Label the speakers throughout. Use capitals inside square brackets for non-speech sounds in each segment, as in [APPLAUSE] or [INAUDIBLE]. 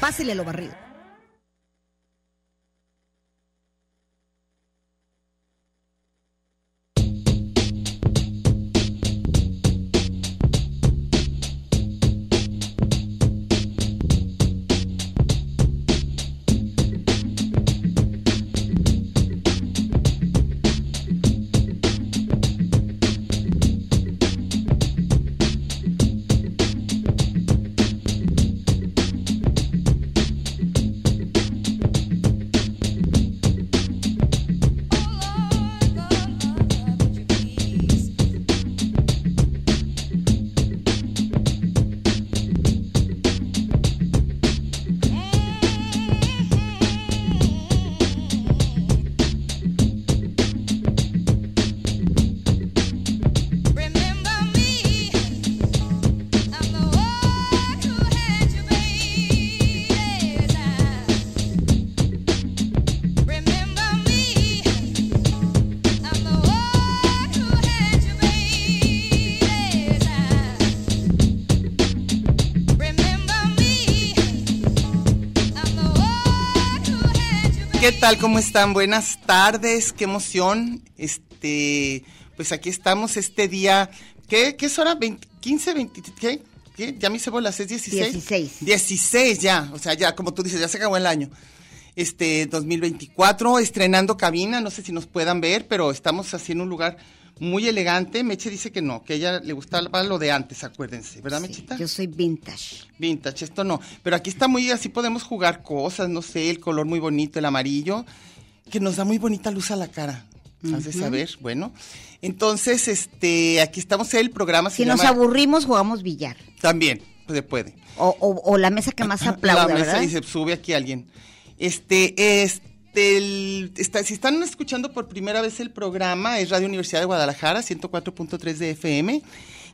Speaker 1: Pásele lo barrido.
Speaker 2: Remember me, I'm the one who had you baby's Remember me, I'm the one who had you baby's Remember me, I'm the one who had you
Speaker 3: ¿Qué tal? ¿Cómo están? Buenas tardes, qué emoción. Este, pues aquí estamos este día. ¿Qué, qué es hora? 20, 15, 20, ¿qué? ¿Qué? Ya me hice bolas, es 16.
Speaker 1: 16.
Speaker 3: 16 ya, o sea, ya, como tú dices, ya se acabó el año. Este, 2024, estrenando cabina, no sé si nos puedan ver, pero estamos así en un lugar muy elegante. Meche dice que no, que a ella le gustaba lo de antes, acuérdense, ¿verdad,
Speaker 1: Sí,
Speaker 3: Mechita?
Speaker 1: yo soy vintage.
Speaker 3: Vintage, esto no. Pero aquí está muy, así podemos jugar cosas, no sé, el color muy bonito, el amarillo, que nos da muy bonita luz a la cara. Has de saber, bueno. Entonces, este, aquí estamos el programa. se
Speaker 1: Si nos
Speaker 3: llama-
Speaker 1: aburrimos, jugamos billar.
Speaker 3: También, se puede.
Speaker 1: O, o- o la mesa que
Speaker 3: [CLEARS THROAT]
Speaker 1: más aplauda,
Speaker 3: la mesa
Speaker 1: ¿verdad?
Speaker 3: y se sube aquí alguien. Este, este, el- está- si están escuchando por primera vez el programa, es Radio Universidad de Guadalajara, 104.3 de FM,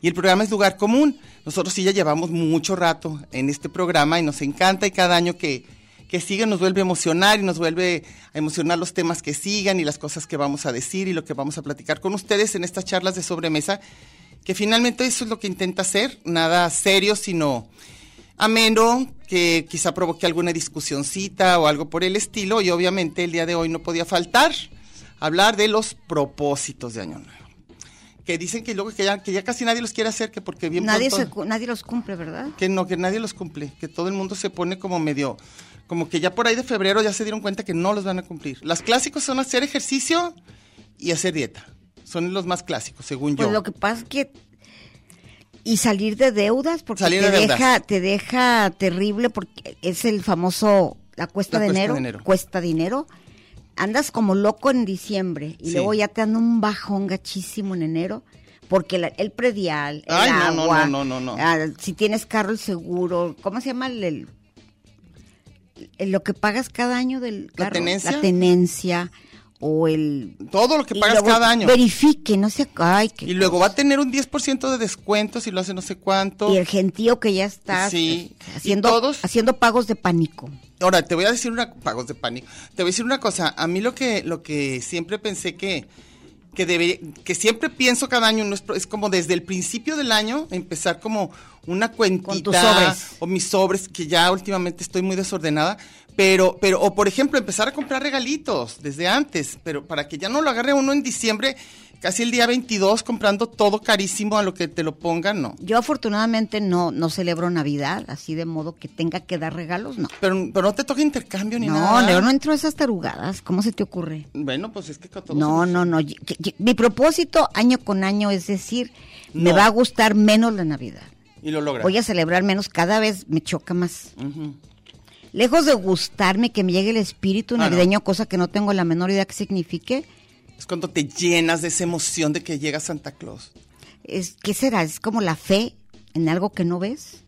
Speaker 3: y el programa es Lugar Común. Nosotros sí ya llevamos mucho rato en este programa y nos encanta y cada año que, que sigue nos vuelve a emocionar y nos vuelve a emocionar los temas que sigan y las cosas que vamos a decir y lo que vamos a platicar con ustedes en estas charlas de sobremesa, que finalmente eso es lo que intenta hacer, nada serio, sino ameno, que quizá provoque alguna discusioncita o algo por el estilo, y obviamente el día de hoy no podía faltar hablar de los propósitos de Año Nuevo. Que dicen que luego que ya, que ya casi nadie los quiere hacer, que porque bien
Speaker 1: Nadie, se
Speaker 3: pronto-
Speaker 1: cu- nadie los cumple, ¿verdad?
Speaker 3: que no, que nadie los cumple, que todo el mundo se pone como medio, como que ya por ahí de febrero ya se dieron cuenta que no los van a cumplir. Las clásicos son hacer ejercicio y hacer dieta. Son los más clásicos, según
Speaker 1: Pues
Speaker 3: yo.
Speaker 1: lo que pasa es que y salir de deudas porque
Speaker 3: Salir
Speaker 1: te
Speaker 3: de deudas.
Speaker 1: deja te deja terrible porque es el famoso la cuesta,
Speaker 3: La
Speaker 1: de,
Speaker 3: cuesta
Speaker 1: enero,
Speaker 3: de enero.
Speaker 1: cuesta dinero. Andas como loco en diciembre y
Speaker 3: Sí.
Speaker 1: luego ya te dan un bajón gachísimo en enero porque la- el predial, el
Speaker 3: Ay, no, no,
Speaker 1: agua,
Speaker 3: no, no, no, no.
Speaker 1: ah, si tienes carro el seguro, ¿cómo se llama el, el- el- lo que pagas cada año del
Speaker 3: ¿La
Speaker 1: carro?
Speaker 3: tenencia?
Speaker 1: La tenencia o el
Speaker 3: Todo lo que
Speaker 1: y
Speaker 3: pagas
Speaker 1: luego
Speaker 3: cada año.
Speaker 1: Verifique, no sé, ay, qué
Speaker 3: Y luego va a tener un 10% de descuento si lo hace no sé cuánto.
Speaker 1: y el gentío que ya está
Speaker 3: Sí,
Speaker 1: eh, haciendo,
Speaker 3: y todos-
Speaker 1: haciendo pagos de pánico.
Speaker 3: Ahora, te voy a decir una pagos de pánico. Te voy a decir una cosa, a mí lo que lo que siempre pensé que que debe, que siempre pienso cada año no es, pro- es como desde el principio del año empezar como una cuentita
Speaker 1: tus sobres.
Speaker 3: o mis sobres que ya últimamente estoy muy desordenada, pero pero o por ejemplo empezar a comprar regalitos desde antes, pero para que ya no lo agarre uno en diciembre casi el día 22 comprando todo carísimo a lo que te lo pongan, no.
Speaker 1: Yo afortunadamente no, no celebro Navidad, así de modo que tenga que dar regalos, no.
Speaker 3: Pero, pero no te toca intercambio ni
Speaker 1: No,
Speaker 3: nada.
Speaker 1: Leo, no entro a esas tarugadas. ¿Cómo se te ocurre?
Speaker 3: Bueno, pues es que con todos
Speaker 1: No,
Speaker 3: somos-
Speaker 1: no, no. Y- y- Mi propósito año con año es decir, me
Speaker 3: No.
Speaker 1: va a gustar menos la Navidad.
Speaker 3: Y lo logras.
Speaker 1: Voy a celebrar menos, cada vez me choca más.
Speaker 3: Ujú.
Speaker 1: Lejos de gustarme que me llegue el espíritu
Speaker 3: Ah, no.
Speaker 1: navideño, cosa que no tengo la menor idea que signifique,
Speaker 3: Es cuando te llenas de esa emoción de que llega Santa Claus.
Speaker 1: es, ¿qué será? ¿Es como la fe en algo que no ves?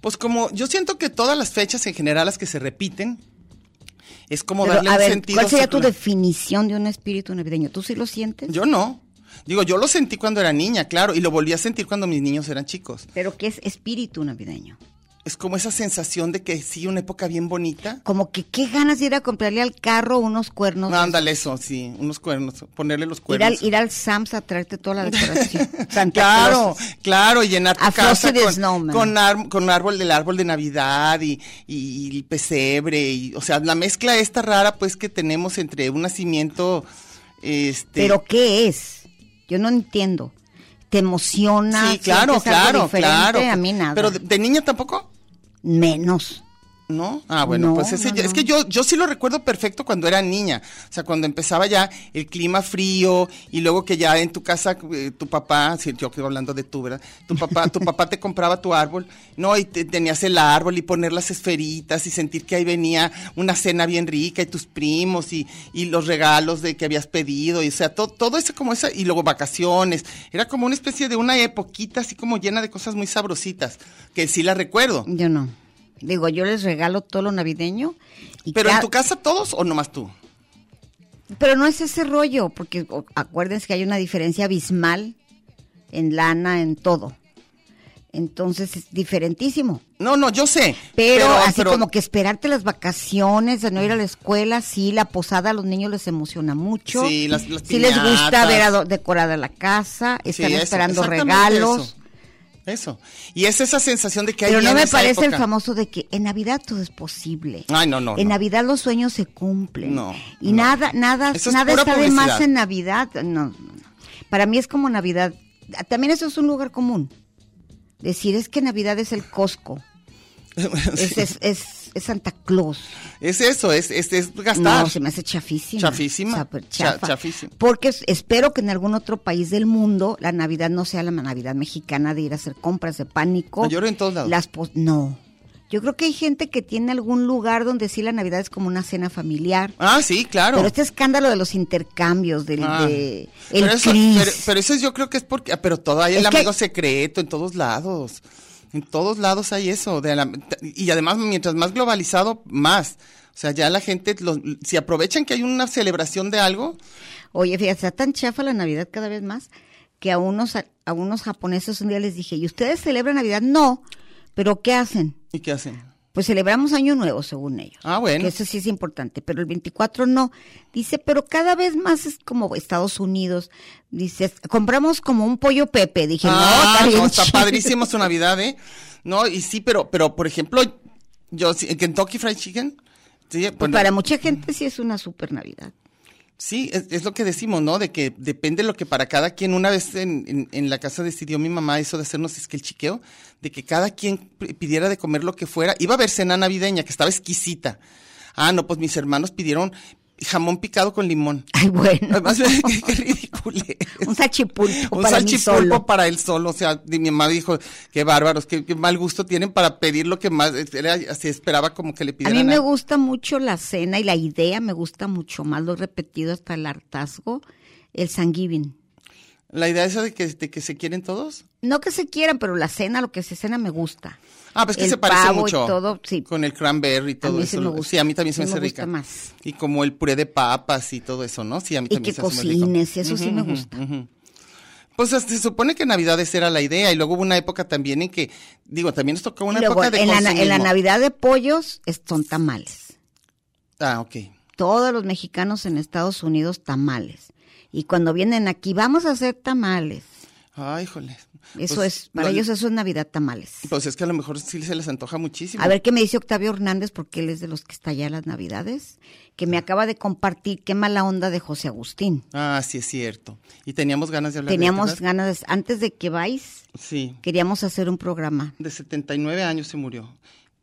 Speaker 3: Pues como yo siento que todas las fechas en general las que se repiten es como
Speaker 1: Pero,
Speaker 3: darle
Speaker 1: a
Speaker 3: un
Speaker 1: ver,
Speaker 3: sentido.
Speaker 1: ¿cuál sería tu
Speaker 3: circular.
Speaker 1: definición de un espíritu navideño? ¿Tú sí lo sientes?
Speaker 3: Yo no. Digo, yo lo sentí cuando era niña, claro, y lo volví a sentir cuando mis niños eran chicos.
Speaker 1: Pero ¿qué es espíritu navideño?
Speaker 3: Es como esa sensación de que sí, una época bien bonita.
Speaker 1: Como que qué ganas de ir a comprarle al carro unos cuernos.
Speaker 3: Ándale eso, sí, unos cuernos, ponerle los
Speaker 1: ir, al,
Speaker 3: cuernos.
Speaker 1: ir al Sams a traerte toda la
Speaker 3: [LAUGHS]
Speaker 1: decoración. Santa
Speaker 3: claro,
Speaker 1: Claus.
Speaker 3: claro, y llenar tu
Speaker 1: A
Speaker 3: casa
Speaker 1: Frosty the
Speaker 3: con,
Speaker 1: Snowman.
Speaker 3: con, ar- con árbol del árbol de Navidad y, y, y pesebre, y, o sea, la mezcla esta rara pues que tenemos entre un nacimiento, este,
Speaker 1: Pero ¿qué es? Yo no entiendo. ¿Te emociona?
Speaker 3: sí, claro,
Speaker 1: ¿Sientes algo
Speaker 3: claro,
Speaker 1: diferente?
Speaker 3: claro.
Speaker 1: A mí nada.
Speaker 3: Pero de, de niña tampoco.
Speaker 1: Menos.
Speaker 3: ¿No? Ah, bueno,
Speaker 1: No,
Speaker 3: pues ese
Speaker 1: no,
Speaker 3: ya-
Speaker 1: no.
Speaker 3: es que yo, yo sí lo recuerdo perfecto cuando era niña. O sea, cuando empezaba ya el clima frío y luego que ya en tu casa eh, tu papá, si yo estoy hablando de tú, ¿verdad? Tu papá, tu papá te compraba tu árbol, ¿no? Y te- tenías el árbol y poner las esferitas y sentir que ahí venía una cena bien rica y tus primos y, y los regalos de que habías pedido. Y, o sea, to- todo eso como esa, y luego vacaciones. Era como una especie de una epoquita así como llena de cosas muy sabrositas, que sí la recuerdo.
Speaker 1: Yo no. Digo, yo les regalo todo lo navideño. y
Speaker 3: ¿Pero en
Speaker 1: ca-
Speaker 3: tu casa todos o nomás tú?
Speaker 1: Pero no es ese rollo, porque o- acuérdense que hay una diferencia abismal en lana, en todo. Entonces es diferentísimo.
Speaker 3: No, no, yo sé.
Speaker 1: Pero, así
Speaker 3: pero-
Speaker 1: como que esperarte las vacaciones, de no ir a la escuela, sí, la posada a los niños les emociona mucho.
Speaker 3: Sí, las- las
Speaker 1: Sí les gusta
Speaker 3: piñatas.
Speaker 1: ver ado- decorada la casa,
Speaker 3: Sí,
Speaker 1: están
Speaker 3: eso,
Speaker 1: esperando
Speaker 3: exactamente
Speaker 1: regalos.
Speaker 3: Eso. eso. Y es esa sensación de que hay
Speaker 1: Pero
Speaker 3: vida
Speaker 1: no
Speaker 3: en
Speaker 1: me
Speaker 3: esa
Speaker 1: parece el
Speaker 3: época.
Speaker 1: famoso de que en Navidad todo es posible.
Speaker 3: Ay, no, no.
Speaker 1: en
Speaker 3: no.
Speaker 1: Navidad los sueños se cumplen.
Speaker 3: No,
Speaker 1: y
Speaker 3: no.
Speaker 1: nada, nada,
Speaker 3: Eso es
Speaker 1: nada
Speaker 3: pura
Speaker 1: está de más
Speaker 3: publicidad.
Speaker 1: en Navidad. No, no, no. Para mí es como Navidad. También eso es un lugar común. Decir es que Navidad es el Costco,
Speaker 3: [LAUGHS] Sí.
Speaker 1: es, es, es- es Santa Claus.
Speaker 3: Es eso, es, es, es gastar.
Speaker 1: No, se me hace chafísima.
Speaker 3: Chafísima.
Speaker 1: O sea, pero
Speaker 3: Cha-
Speaker 1: chafa.
Speaker 3: chafísima.
Speaker 1: Porque es- espero que en algún otro país del mundo la Navidad no sea la Navidad mexicana de ir a hacer compras de pánico.
Speaker 3: No, yo creo en todos lados.
Speaker 1: Las pos- no. Yo creo que hay gente que tiene algún lugar donde sí la Navidad es como una cena familiar.
Speaker 3: Ah, sí, claro.
Speaker 1: Pero este escándalo de los intercambios, del
Speaker 3: Ah.
Speaker 1: de, el
Speaker 3: pero, eso,
Speaker 1: Cris.
Speaker 3: pero, pero eso yo creo que es porque. ah, Pero todo hay el
Speaker 1: Es que-
Speaker 3: amigo secreto en todos lados. En todos lados hay eso. de la- y además, mientras más globalizado, más. O sea, ya la gente, los- si aprovechan que hay una celebración de algo,
Speaker 1: Oye, fíjate, está tan chafa la Navidad cada vez más que a unos, a unos japoneses un día les dije, ¿y ustedes celebran Navidad? No, pero ¿qué hacen?
Speaker 3: ¿y qué hacen?
Speaker 1: Pues celebramos Año Nuevo, según ellos.
Speaker 3: Ah, bueno.
Speaker 1: Que eso sí es importante, pero el 24 no. Dice, pero cada vez más es como Estados Unidos. Dice, compramos como un pollo Pepe. Dije, no,
Speaker 3: Ah,
Speaker 1: está bien
Speaker 3: no, está
Speaker 1: chido.
Speaker 3: padrísimo su Navidad, ¿eh? No, y sí, pero, pero por ejemplo, yo sí, en Kentucky Fried Chicken, sí,
Speaker 1: [LAUGHS] Pues
Speaker 3: bueno,
Speaker 1: para mucha gente sí es una super Navidad.
Speaker 3: sí, es, es lo que decimos, ¿no? De que depende lo que para cada quien, una vez en, en- en la casa decidió mi mamá eso de hacernos es que el chiqueo, de que cada quien p- pidiera de comer lo que fuera. Iba a haber cena navideña, que estaba exquisita. Ah, no, pues mis hermanos pidieron jamón picado con
Speaker 1: [LAUGHS]
Speaker 3: limón.
Speaker 1: [LAUGHS] Ay, bueno.
Speaker 3: Además, [LAUGHS] qué, qué ridículo.
Speaker 1: un
Speaker 3: [LAUGHS]
Speaker 1: salchipulpo
Speaker 3: Un
Speaker 1: para mí
Speaker 3: salchipulpo
Speaker 1: solo.
Speaker 3: para él solo. O sea, y mi mamá dijo, qué bárbaros, qué, qué mal gusto tienen para pedir lo que más era- se esperaba como que le
Speaker 1: A
Speaker 3: pidieran.
Speaker 1: mí me
Speaker 3: algo.
Speaker 1: gusta mucho la cena y la idea me gusta mucho más, lo he repetido hasta el hartazgo, el Thanksgiving.
Speaker 3: La idea esa de que, de que se quieren todos.
Speaker 1: No que se quieran, pero la cena, lo que se cena me gusta.
Speaker 3: Ah, pues que
Speaker 1: El
Speaker 3: se parece
Speaker 1: pavo y
Speaker 3: mucho.
Speaker 1: todo, sí.
Speaker 3: Con el cranberry y todo
Speaker 1: mí sí
Speaker 3: eso.
Speaker 1: me gusta.
Speaker 3: a mí también
Speaker 1: Sí
Speaker 3: se me,
Speaker 1: me
Speaker 3: hace
Speaker 1: gusta
Speaker 3: rica.
Speaker 1: más.
Speaker 3: Y como el puré de papas y todo eso, ¿no? Sí, a mí
Speaker 1: Y que
Speaker 3: también se me hace muy rico.
Speaker 1: cocines, y eso sí me gusta.
Speaker 3: Pues se se supone que Navidades era la idea y luego hubo una época también en que, digo, también nos tocó una
Speaker 1: Y luego,
Speaker 3: época de
Speaker 1: en, la, na- en la
Speaker 3: consumismo.
Speaker 1: Navidad de pollos es- son tamales.
Speaker 3: Ah, ok.
Speaker 1: Todos los mexicanos en Estados Unidos tamales. Y cuando vienen aquí, vamos a hacer tamales.
Speaker 3: Ay, híjole.
Speaker 1: Eso
Speaker 3: Pues,
Speaker 1: es, para
Speaker 3: no,
Speaker 1: ellos eso es Navidad tamales.
Speaker 3: Pues es que a lo mejor sí se les antoja muchísimo.
Speaker 1: A ver qué me dice Octavio Hernández, porque él es de los que está allá en las Navidades, que me acaba de compartir qué mala onda de José Agustín.
Speaker 3: Ah, sí, es cierto. Y teníamos ganas de hablar de
Speaker 1: Teníamos
Speaker 3: esto, ¿verdad?
Speaker 1: ganas, antes de que vais,
Speaker 3: Sí,
Speaker 1: queríamos hacer un programa.
Speaker 3: de 79 años se murió.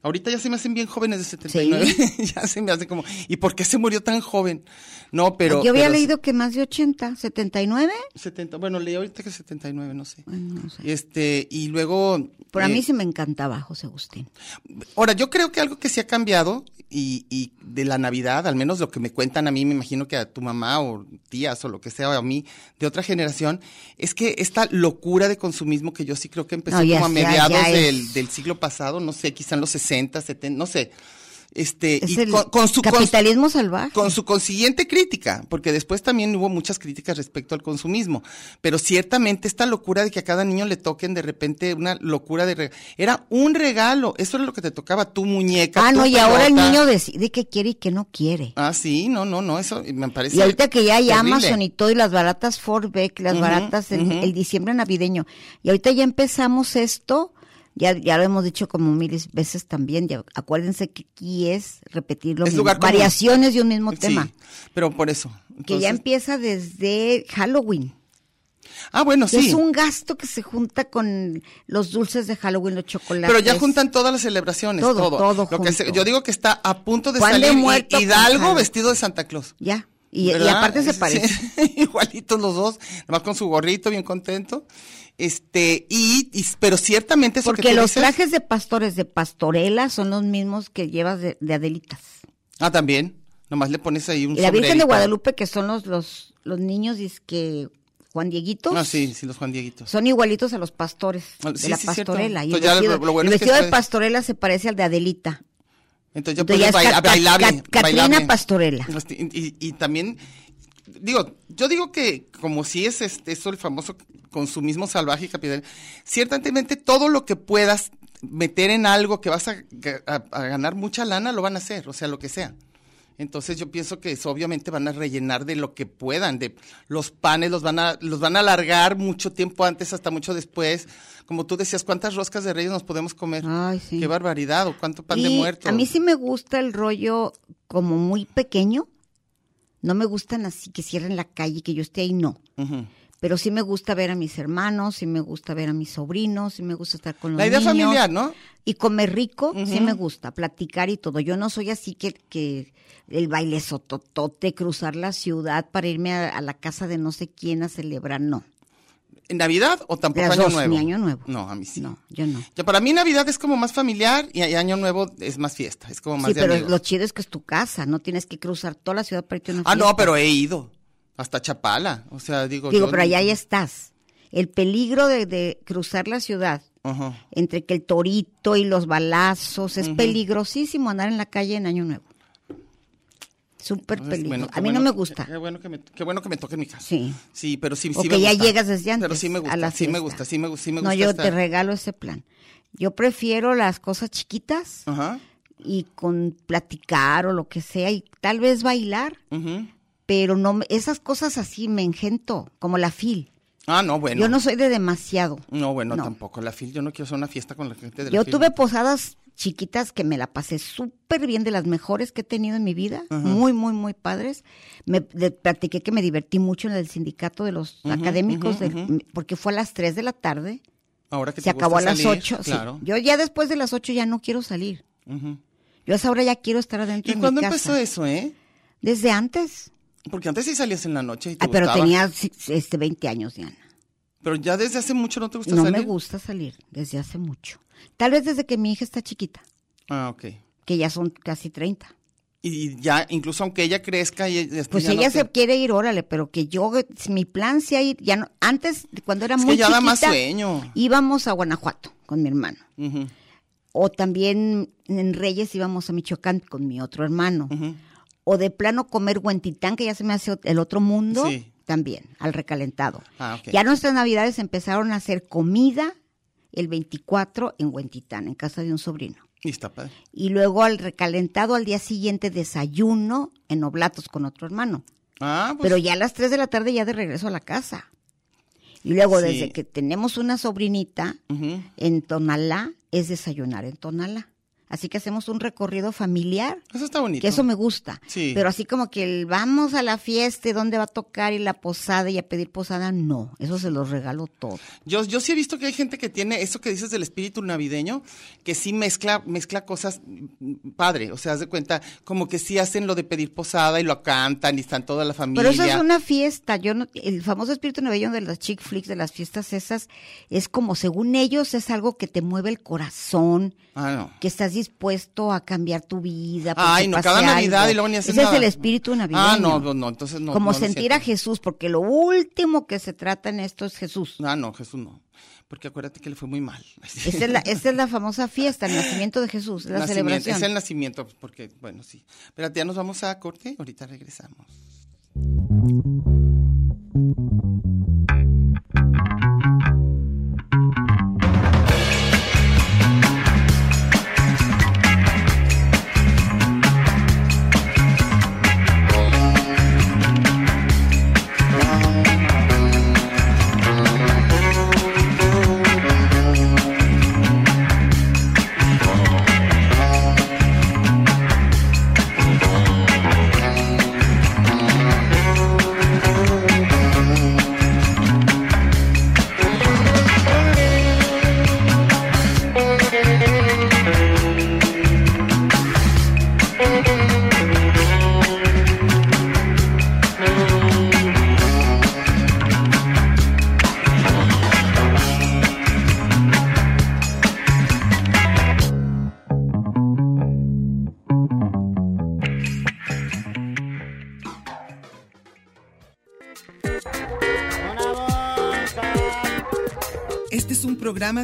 Speaker 3: Ahorita ya se me hacen bien jóvenes de 79. [LAUGHS] ya se me hacen como, ¿y por qué se murió tan joven? No, pero.
Speaker 1: Yo había
Speaker 3: pero-
Speaker 1: leído que más de 80, 79.
Speaker 3: 70, bueno, leí ahorita que 79, no sé.
Speaker 1: Bueno, no sé.
Speaker 3: Este, y luego.
Speaker 1: Por a
Speaker 3: eh,
Speaker 1: mí se me encantaba José Agustín.
Speaker 3: Ahora, yo creo que algo que sí ha cambiado y, y de la Navidad, al menos lo que me cuentan a mí, me imagino que a tu mamá o tías o lo que sea, o a mí, de otra generación, es que esta locura de consumismo que yo sí creo que empezó
Speaker 1: No, ya
Speaker 3: como a
Speaker 1: sé, ya
Speaker 3: mediados
Speaker 1: es-
Speaker 3: del, del siglo pasado, no sé, quizá en los 60, 70, no sé. Este,
Speaker 1: Es
Speaker 3: y
Speaker 1: el
Speaker 3: con, con su con-
Speaker 1: capitalismo salvaje.
Speaker 3: con su consiguiente crítica, porque después también hubo muchas críticas respecto al consumismo, pero ciertamente esta locura de que a cada niño le toquen de repente una locura de re- era un regalo, eso era lo que te tocaba tu muñeca.
Speaker 1: ah,
Speaker 3: tu
Speaker 1: no, y ahora el
Speaker 3: pelota.
Speaker 1: niño decide qué quiere y qué no quiere.
Speaker 3: Ah, sí, no, no, no, eso me parece
Speaker 1: Y ahorita que ya hay
Speaker 3: terrible.
Speaker 1: Amazon y todo, y las baratas Forbeck, las
Speaker 3: Ujú,
Speaker 1: baratas el,
Speaker 3: ujú.
Speaker 1: el diciembre navideño. Y ahorita ya empezamos esto, ya, ya lo hemos dicho como miles veces también, ya, acuérdense que aquí es repetir lo
Speaker 3: Es
Speaker 1: mismo,
Speaker 3: lugar común.
Speaker 1: variaciones de un mismo
Speaker 3: Sí,
Speaker 1: tema,
Speaker 3: pero por eso.
Speaker 1: que ya
Speaker 3: entonces-
Speaker 1: empieza desde Halloween.
Speaker 3: Ah, bueno,
Speaker 1: que
Speaker 3: sí.
Speaker 1: Es un gasto que se junta con los dulces de Halloween, los chocolates.
Speaker 3: Pero ya juntan todas las celebraciones,
Speaker 1: Todo,
Speaker 3: todo.
Speaker 1: todo
Speaker 3: Lo que se-
Speaker 1: junto.
Speaker 3: yo digo que está a punto de
Speaker 1: Juan de
Speaker 3: salir Hi-
Speaker 1: Muerto con
Speaker 3: Hidalgo
Speaker 1: Jal-
Speaker 3: vestido de Santa Claus.
Speaker 1: Ya, y, y
Speaker 3: ¿Verdad?
Speaker 1: aparte se
Speaker 3: Sí,
Speaker 1: parecen. [LAUGHS]
Speaker 3: [LAUGHS] igualitos los dos, nomás con su gorrito, bien contento. Este, y, y- pero ciertamente eso que
Speaker 1: Porque
Speaker 3: tú
Speaker 1: los
Speaker 3: dices-
Speaker 1: trajes de pastores de pastorela son los mismos que llevas de, de Adelitas.
Speaker 3: Ah, también. Nomás le pones ahí un
Speaker 1: Y la Virgen de
Speaker 3: sombrerito.
Speaker 1: Guadalupe, que son los, los, los niños que Juan Dieguitos,
Speaker 3: Ah, sí, sí, los Juan Dieguitos.
Speaker 1: son igualitos a los pastores
Speaker 3: Ah,
Speaker 1: de
Speaker 3: sí,
Speaker 1: la
Speaker 3: sí, cierto.
Speaker 1: pastorela. Y el
Speaker 3: Entonces ya lo-
Speaker 1: vestido,
Speaker 3: lo bueno
Speaker 1: el
Speaker 3: es que
Speaker 1: vestido de
Speaker 3: está-
Speaker 1: pastorela se parece al de Adelita.
Speaker 3: Entonces ya
Speaker 1: Entonces
Speaker 3: puedes
Speaker 1: ya es
Speaker 3: baila-
Speaker 1: Ca- Ca-
Speaker 3: bailable,
Speaker 1: Ca- Catrina
Speaker 3: bailable.
Speaker 1: Pastorela.
Speaker 3: Este, Y, y- y también, digo, yo digo que como si es este, eso el famoso consumismo salvaje y capital, ciertamente todo lo que puedas meter en algo que vas a, ga- a- a ganar mucha lana, lo van a hacer, o sea, lo que sea. Entonces yo pienso que eso obviamente van a rellenar de lo que puedan, de los panes los van a los van a alargar mucho tiempo antes hasta mucho después. Como tú decías, cuántas roscas de reyes nos podemos comer.
Speaker 1: Ay, sí.
Speaker 3: Qué barbaridad o cuánto pan de
Speaker 1: Y
Speaker 3: muerto.
Speaker 1: A mí sí me gusta el rollo como muy pequeño. No me gustan así que cierren la calle, que yo esté ahí, no.
Speaker 3: Ujú.
Speaker 1: Pero sí me gusta ver a mis hermanos, sí me gusta ver a mis sobrinos, sí me gusta estar con los
Speaker 3: La idea
Speaker 1: niños.
Speaker 3: familiar, ¿no?
Speaker 1: Y comer rico, sí
Speaker 3: Ujú.
Speaker 1: me gusta, platicar y todo. Yo no soy así que, que el baile sototote, cruzar la ciudad para irme a, a la casa de no sé quién a celebrar, no.
Speaker 3: ¿En Navidad o tampoco
Speaker 1: Las
Speaker 3: Año
Speaker 1: dos,
Speaker 3: Nuevo?
Speaker 1: ni Año Nuevo.
Speaker 3: No, a mí sí.
Speaker 1: No, yo no.
Speaker 3: Ya para mí Navidad es como más familiar y y Año Nuevo es más fiesta, es como más
Speaker 1: Sí,
Speaker 3: de
Speaker 1: pero
Speaker 3: amigos.
Speaker 1: lo chido es que es tu casa, no tienes que cruzar toda la ciudad para irte a una
Speaker 3: Ah, no,
Speaker 1: fiesta.
Speaker 3: pero he ido hasta Chapala, o sea, digo
Speaker 1: Digo,
Speaker 3: yo-
Speaker 1: pero allá ya estás. El peligro de, de cruzar la ciudad,
Speaker 3: Ajá.
Speaker 1: entre que el torito y los balazos, es peligrosísimo andar en la calle en Año Nuevo. Súper
Speaker 3: Entonces,
Speaker 1: peligroso.
Speaker 3: bueno, qué
Speaker 1: a mí no
Speaker 3: bueno
Speaker 1: me
Speaker 3: que-
Speaker 1: gusta.
Speaker 3: Qué bueno que me, qué bueno que me toque en mi casa.
Speaker 1: Sí.
Speaker 3: Sí, pero sí, sí
Speaker 1: O
Speaker 3: me
Speaker 1: que ya
Speaker 3: gusta.
Speaker 1: llegas desde antes.
Speaker 3: Pero sí me gusta,
Speaker 1: a la
Speaker 3: sí me
Speaker 1: fiesta.
Speaker 3: gusta, sí me, gu- sí me
Speaker 1: No,
Speaker 3: gusta.
Speaker 1: yo te
Speaker 3: estar-
Speaker 1: regalo ese plan. Yo prefiero las cosas chiquitas
Speaker 3: Ajá.
Speaker 1: y con platicar o lo que sea y tal vez bailar,
Speaker 3: ujú.
Speaker 1: pero no me- esas cosas así me engento, como la fil.
Speaker 3: Ah, no, bueno.
Speaker 1: Yo no soy de demasiado.
Speaker 3: No, bueno,
Speaker 1: No.
Speaker 3: tampoco. La fil, yo no quiero hacer una fiesta con la gente de la
Speaker 1: Yo
Speaker 3: fil.
Speaker 1: tuve posadas chiquitas que me la pasé súper bien, de las mejores que he tenido en mi vida, muy, muy, muy padres. Me de- platiqué que me divertí mucho en el sindicato de los académicos,
Speaker 3: ujú,
Speaker 1: del-
Speaker 3: ujú.
Speaker 1: porque fue a las 3 de la tarde,
Speaker 3: Ahora que
Speaker 1: se
Speaker 3: te gusta
Speaker 1: acabó a las
Speaker 3: salir,
Speaker 1: 8. sí.
Speaker 3: Claro.
Speaker 1: Yo ya después de las 8 ya no quiero salir.
Speaker 3: ujú.
Speaker 1: Yo a esa hora ya quiero estar adentro
Speaker 3: ¿Y
Speaker 1: de mi
Speaker 3: cuándo
Speaker 1: casa.
Speaker 3: empezó eso, eh?
Speaker 1: Desde antes.
Speaker 3: Porque antes sí salías en la noche y te
Speaker 1: Ah, pero
Speaker 3: gustaba.
Speaker 1: tenía sí, este 20 años, Diana.
Speaker 3: Pero ya desde hace mucho no te gusta
Speaker 1: No
Speaker 3: salir.
Speaker 1: me gusta salir desde hace mucho. Tal vez desde que mi hija está chiquita,
Speaker 3: Ah, ok.
Speaker 1: que ya son casi 30.
Speaker 3: Y ya, incluso aunque ella crezca y este,
Speaker 1: Pues
Speaker 3: ya
Speaker 1: ella
Speaker 3: no te-
Speaker 1: se quiere ir, órale, pero que yo, si mi plan sea ir, ya no, antes, cuando era
Speaker 3: Es que
Speaker 1: muy
Speaker 3: ya da
Speaker 1: chiquita,
Speaker 3: más sueño.
Speaker 1: íbamos a Guanajuato con mi hermano.
Speaker 3: Ujú,
Speaker 1: O también en Reyes íbamos a Michoacán con mi otro hermano.
Speaker 3: ujú.
Speaker 1: O de plano comer huentitán, que ya se me hace el otro mundo,
Speaker 3: Sí.
Speaker 1: también, al recalentado.
Speaker 3: Ah, ok.
Speaker 1: Ya nuestras navidades empezaron a hacer comida el 24 en Huentitán, en casa de un sobrino.
Speaker 3: Y está padre.
Speaker 1: Y luego al recalentado al día siguiente desayuno en Oblatos con otro hermano.
Speaker 3: Ah, pues.
Speaker 1: Pero ya a las 3 de la tarde ya de regreso a la casa. Y luego,
Speaker 3: Sí.
Speaker 1: desde que tenemos una sobrinita
Speaker 3: Ujú.
Speaker 1: en Tonalá, es desayunar en Tonalá. Así que hacemos un recorrido familiar
Speaker 3: Eso está bonito.
Speaker 1: que eso me gusta.
Speaker 3: Sí.
Speaker 1: Pero así como que el vamos a la fiesta, y dónde va a tocar y la posada y a pedir posada, no. Eso se los regalo todo.
Speaker 3: Yo, yo sí he visto que hay gente que tiene eso que dices del espíritu navideño, que sí mezcla, mezcla cosas mm, padre, o sea, haz de cuenta, como que sí hacen lo de pedir posada y lo cantan y están toda la familia.
Speaker 1: Pero eso es una fiesta. Yo no- el famoso espíritu navideño de las chick flicks, de las fiestas esas, es como según ellos es algo que te mueve el corazón,
Speaker 3: Ah, no.
Speaker 1: que estás dispuesto a cambiar tu vida. porque
Speaker 3: Ay, no,
Speaker 1: pase
Speaker 3: cada Navidad
Speaker 1: algo.
Speaker 3: y luego ni haces
Speaker 1: Ese
Speaker 3: nada.
Speaker 1: es el espíritu navideño.
Speaker 3: Ah, no, no, no, entonces no.
Speaker 1: como
Speaker 3: no lo
Speaker 1: sentir a
Speaker 3: siento.
Speaker 1: Jesús, porque lo último que se trata en esto es Jesús.
Speaker 3: Ah, no, Jesús no. Porque acuérdate que le fue muy mal. [LAUGHS]
Speaker 1: Esa es la, esa es la famosa fiesta, el nacimiento de Jesús, la
Speaker 3: Nacimiento,
Speaker 1: celebración.
Speaker 3: Es el nacimiento, porque, bueno, sí. Pero ya nos vamos a corte, ahorita regresamos.
Speaker 4: Este es un programa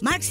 Speaker 5: Marx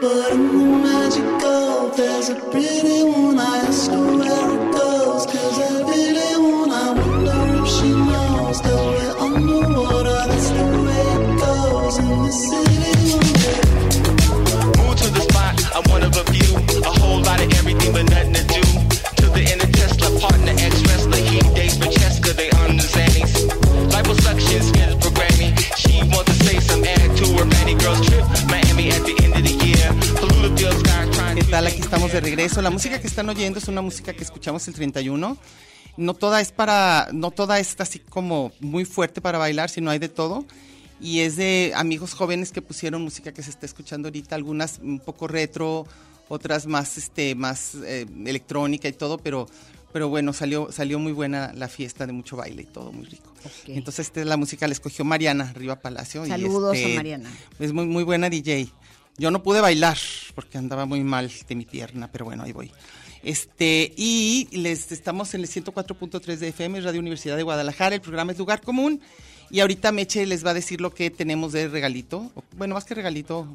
Speaker 6: But in the magical, there's a pretty one. I ask her where it goes, cause I really want. I wonder if she knows that we're underwater. That's the way it goes in the city.
Speaker 7: Move to the spot, I'm one of a few. A whole lot of everything but nothing to do. To the inner Tesla, partner, ex-wrestler, he dates Francesca, they on the Xannies. Liposuction's is programming. She wants to say some ad to her Manny Girls trip. Miami at the end of the year. Polluted fields, sky trying
Speaker 3: ¿Qué
Speaker 7: to
Speaker 3: tal? Aquí estamos de regreso. La música que están oyendo es una música que escuchamos el 31. No toda es para, no toda es así como muy fuerte para bailar, sino hay de todo. Y es de amigos jóvenes que pusieron música que se está escuchando ahorita, algunas un poco retro, otras más, este, más eh, electrónica y todo, pero, pero bueno, salió, salió muy buena la fiesta de mucho baile y todo, muy rico.
Speaker 1: Ok.
Speaker 3: Entonces esta es la música la escogió Mariana Riva Palacio. y,
Speaker 1: Saludos a
Speaker 3: este,
Speaker 1: Mariana.
Speaker 3: es muy, muy buena DJ. Yo no pude bailar porque andaba muy mal de mi pierna, pero bueno, ahí voy. Este, y les estamos en el 104.3 de FM, Radio Universidad de Guadalajara. El programa es Lugar Común. Y ahorita Meche les va a decir lo que tenemos de regalito. o- Bueno, más que regalito.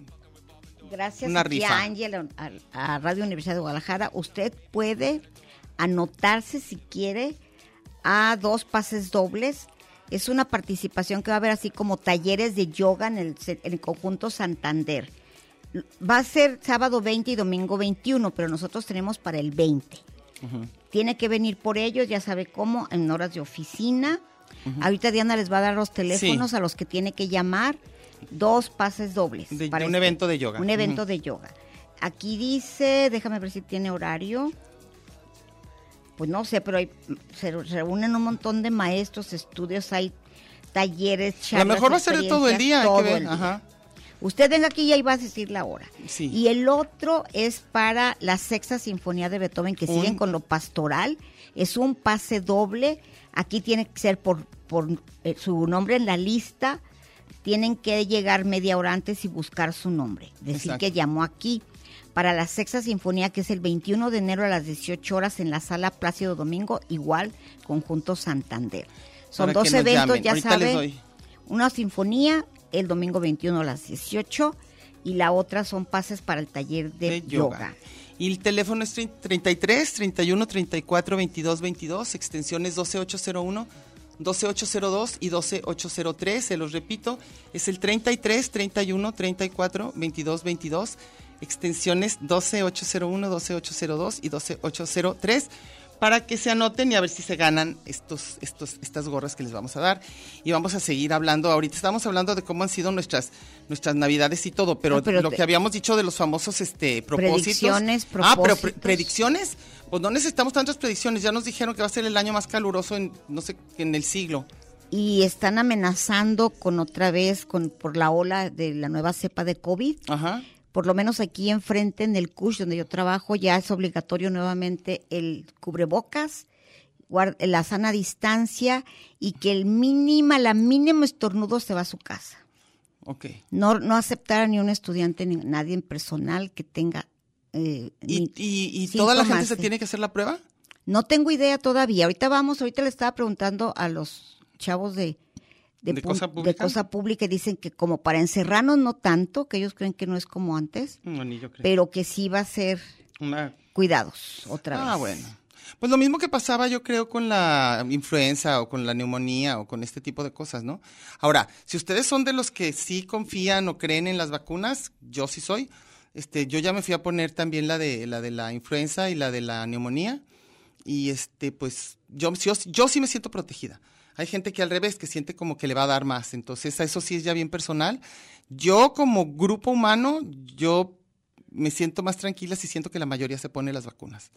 Speaker 1: Gracias
Speaker 3: Una
Speaker 1: aquí
Speaker 3: rifa.
Speaker 1: a Ángel, a, a Radio Universidad de Guadalajara. Usted puede anotarse si quiere a dos pases dobles. Es una participación que va a haber así como talleres de yoga en el, ce- en el conjunto Santander. Va a ser sábado 20 y domingo 21, pero nosotros tenemos para el 20. Tiene que venir por ellos, ya sabe cómo, en horas de oficina. Ahorita Diana les va a dar los teléfonos a los que tiene que llamar. Dos pases dobles.
Speaker 3: De- de un evento de yoga.
Speaker 1: Un evento
Speaker 3: Ujú.
Speaker 1: de yoga. Aquí dice, déjame ver si tiene horario. Pues no sé, pero hay- se reúnen un montón de maestros, estudios, hay talleres,
Speaker 3: A lo
Speaker 1: charlas.
Speaker 3: mejor va a ser de todo el
Speaker 1: experiencias,
Speaker 3: día. hay que
Speaker 1: todo
Speaker 3: ver,
Speaker 1: el día.
Speaker 3: ajá.
Speaker 1: Usted venga aquí y ahí va a decir la hora.
Speaker 3: Sí.
Speaker 1: Y el otro es para la Sexta Sinfonía de Beethoven, que siguen con lo pastoral. Es un pase doble. Aquí tiene que ser por, por eh, su nombre en la lista. Tienen que llegar media hora antes y buscar su nombre. Decir
Speaker 3: Exacto.
Speaker 1: que llamó aquí. Para la Sexta Sinfonía, que es el 21 de enero a las 18 horas en la Sala Plácido Domingo, igual, Conjunto Santander. Son
Speaker 3: Para
Speaker 1: dos
Speaker 3: que nos
Speaker 1: eventos,
Speaker 3: llamen.
Speaker 1: ya
Speaker 3: Ahorita
Speaker 1: saben
Speaker 3: les doy.
Speaker 1: una sinfonía el domingo 21 a las 18 y la otra son pases para el taller de,
Speaker 3: de
Speaker 1: yoga.
Speaker 3: yoga. Y el teléfono es 33 31 34 22 22, extensiones 12801, 12802 y 12803. Se los repito, es el 33 31 34 22 22, extensiones 12801, 12802 y 12803 para que se anoten y a ver si se ganan estos, estos, estas gorras que les vamos a dar. Y vamos a seguir hablando. Ahorita estamos hablando de cómo han sido nuestras, nuestras navidades y todo, pero,
Speaker 1: Ah, pero
Speaker 3: lo
Speaker 1: te-
Speaker 3: que habíamos dicho de los famosos este, propósitos.
Speaker 1: Predicciones,
Speaker 3: Ah, pero pre-
Speaker 1: propósitos.
Speaker 3: predicciones. Pues no necesitamos tantas predicciones. Ya nos dijeron que va a ser el año más caluroso en, no sé, en el siglo.
Speaker 1: Y están amenazando con otra vez con por la ola de la nueva cepa de COVID.
Speaker 3: Ajá.
Speaker 1: Por lo menos aquí enfrente en el CUSH donde yo trabajo ya es obligatorio nuevamente el cubrebocas, guar- la sana distancia y que el mínima la mínimo estornudo se va a su casa.
Speaker 3: Ok.
Speaker 1: No no aceptar a ni un estudiante ni nadie en personal que tenga eh,
Speaker 3: ¿Y,
Speaker 1: ni-
Speaker 3: y- y
Speaker 1: Sí,
Speaker 3: toda la gente
Speaker 1: tomaste.
Speaker 3: se tiene que hacer la prueba?
Speaker 1: No tengo idea todavía. Ahorita vamos, ahorita le estaba preguntando a los chavos de
Speaker 3: ¿De
Speaker 1: pun-
Speaker 3: cosa
Speaker 1: de
Speaker 3: pública?
Speaker 1: cosa pública y dicen que como para encerrarnos no tanto, que ellos creen que no es como antes,
Speaker 3: No, Mm, ni yo creo.
Speaker 1: pero que sí va a ser
Speaker 3: Una-
Speaker 1: cuidados otra vez.
Speaker 3: Ah, bueno. Pues lo mismo que pasaba, yo creo, con la influenza o con la neumonía o con este tipo de cosas, ¿no? Ahora, si ustedes son de los que sí confían o creen en las vacunas, yo sí soy. Este, yo ya me fui a poner también la de la de la influenza y la de la neumonía y este, pues yo yo, yo sí me siento protegida. Hay gente que al revés, que siente como que le va a dar más. Entonces, eso sí es ya bien personal. Yo como grupo humano, yo me siento más tranquila si siento que la mayoría se pone las vacunas.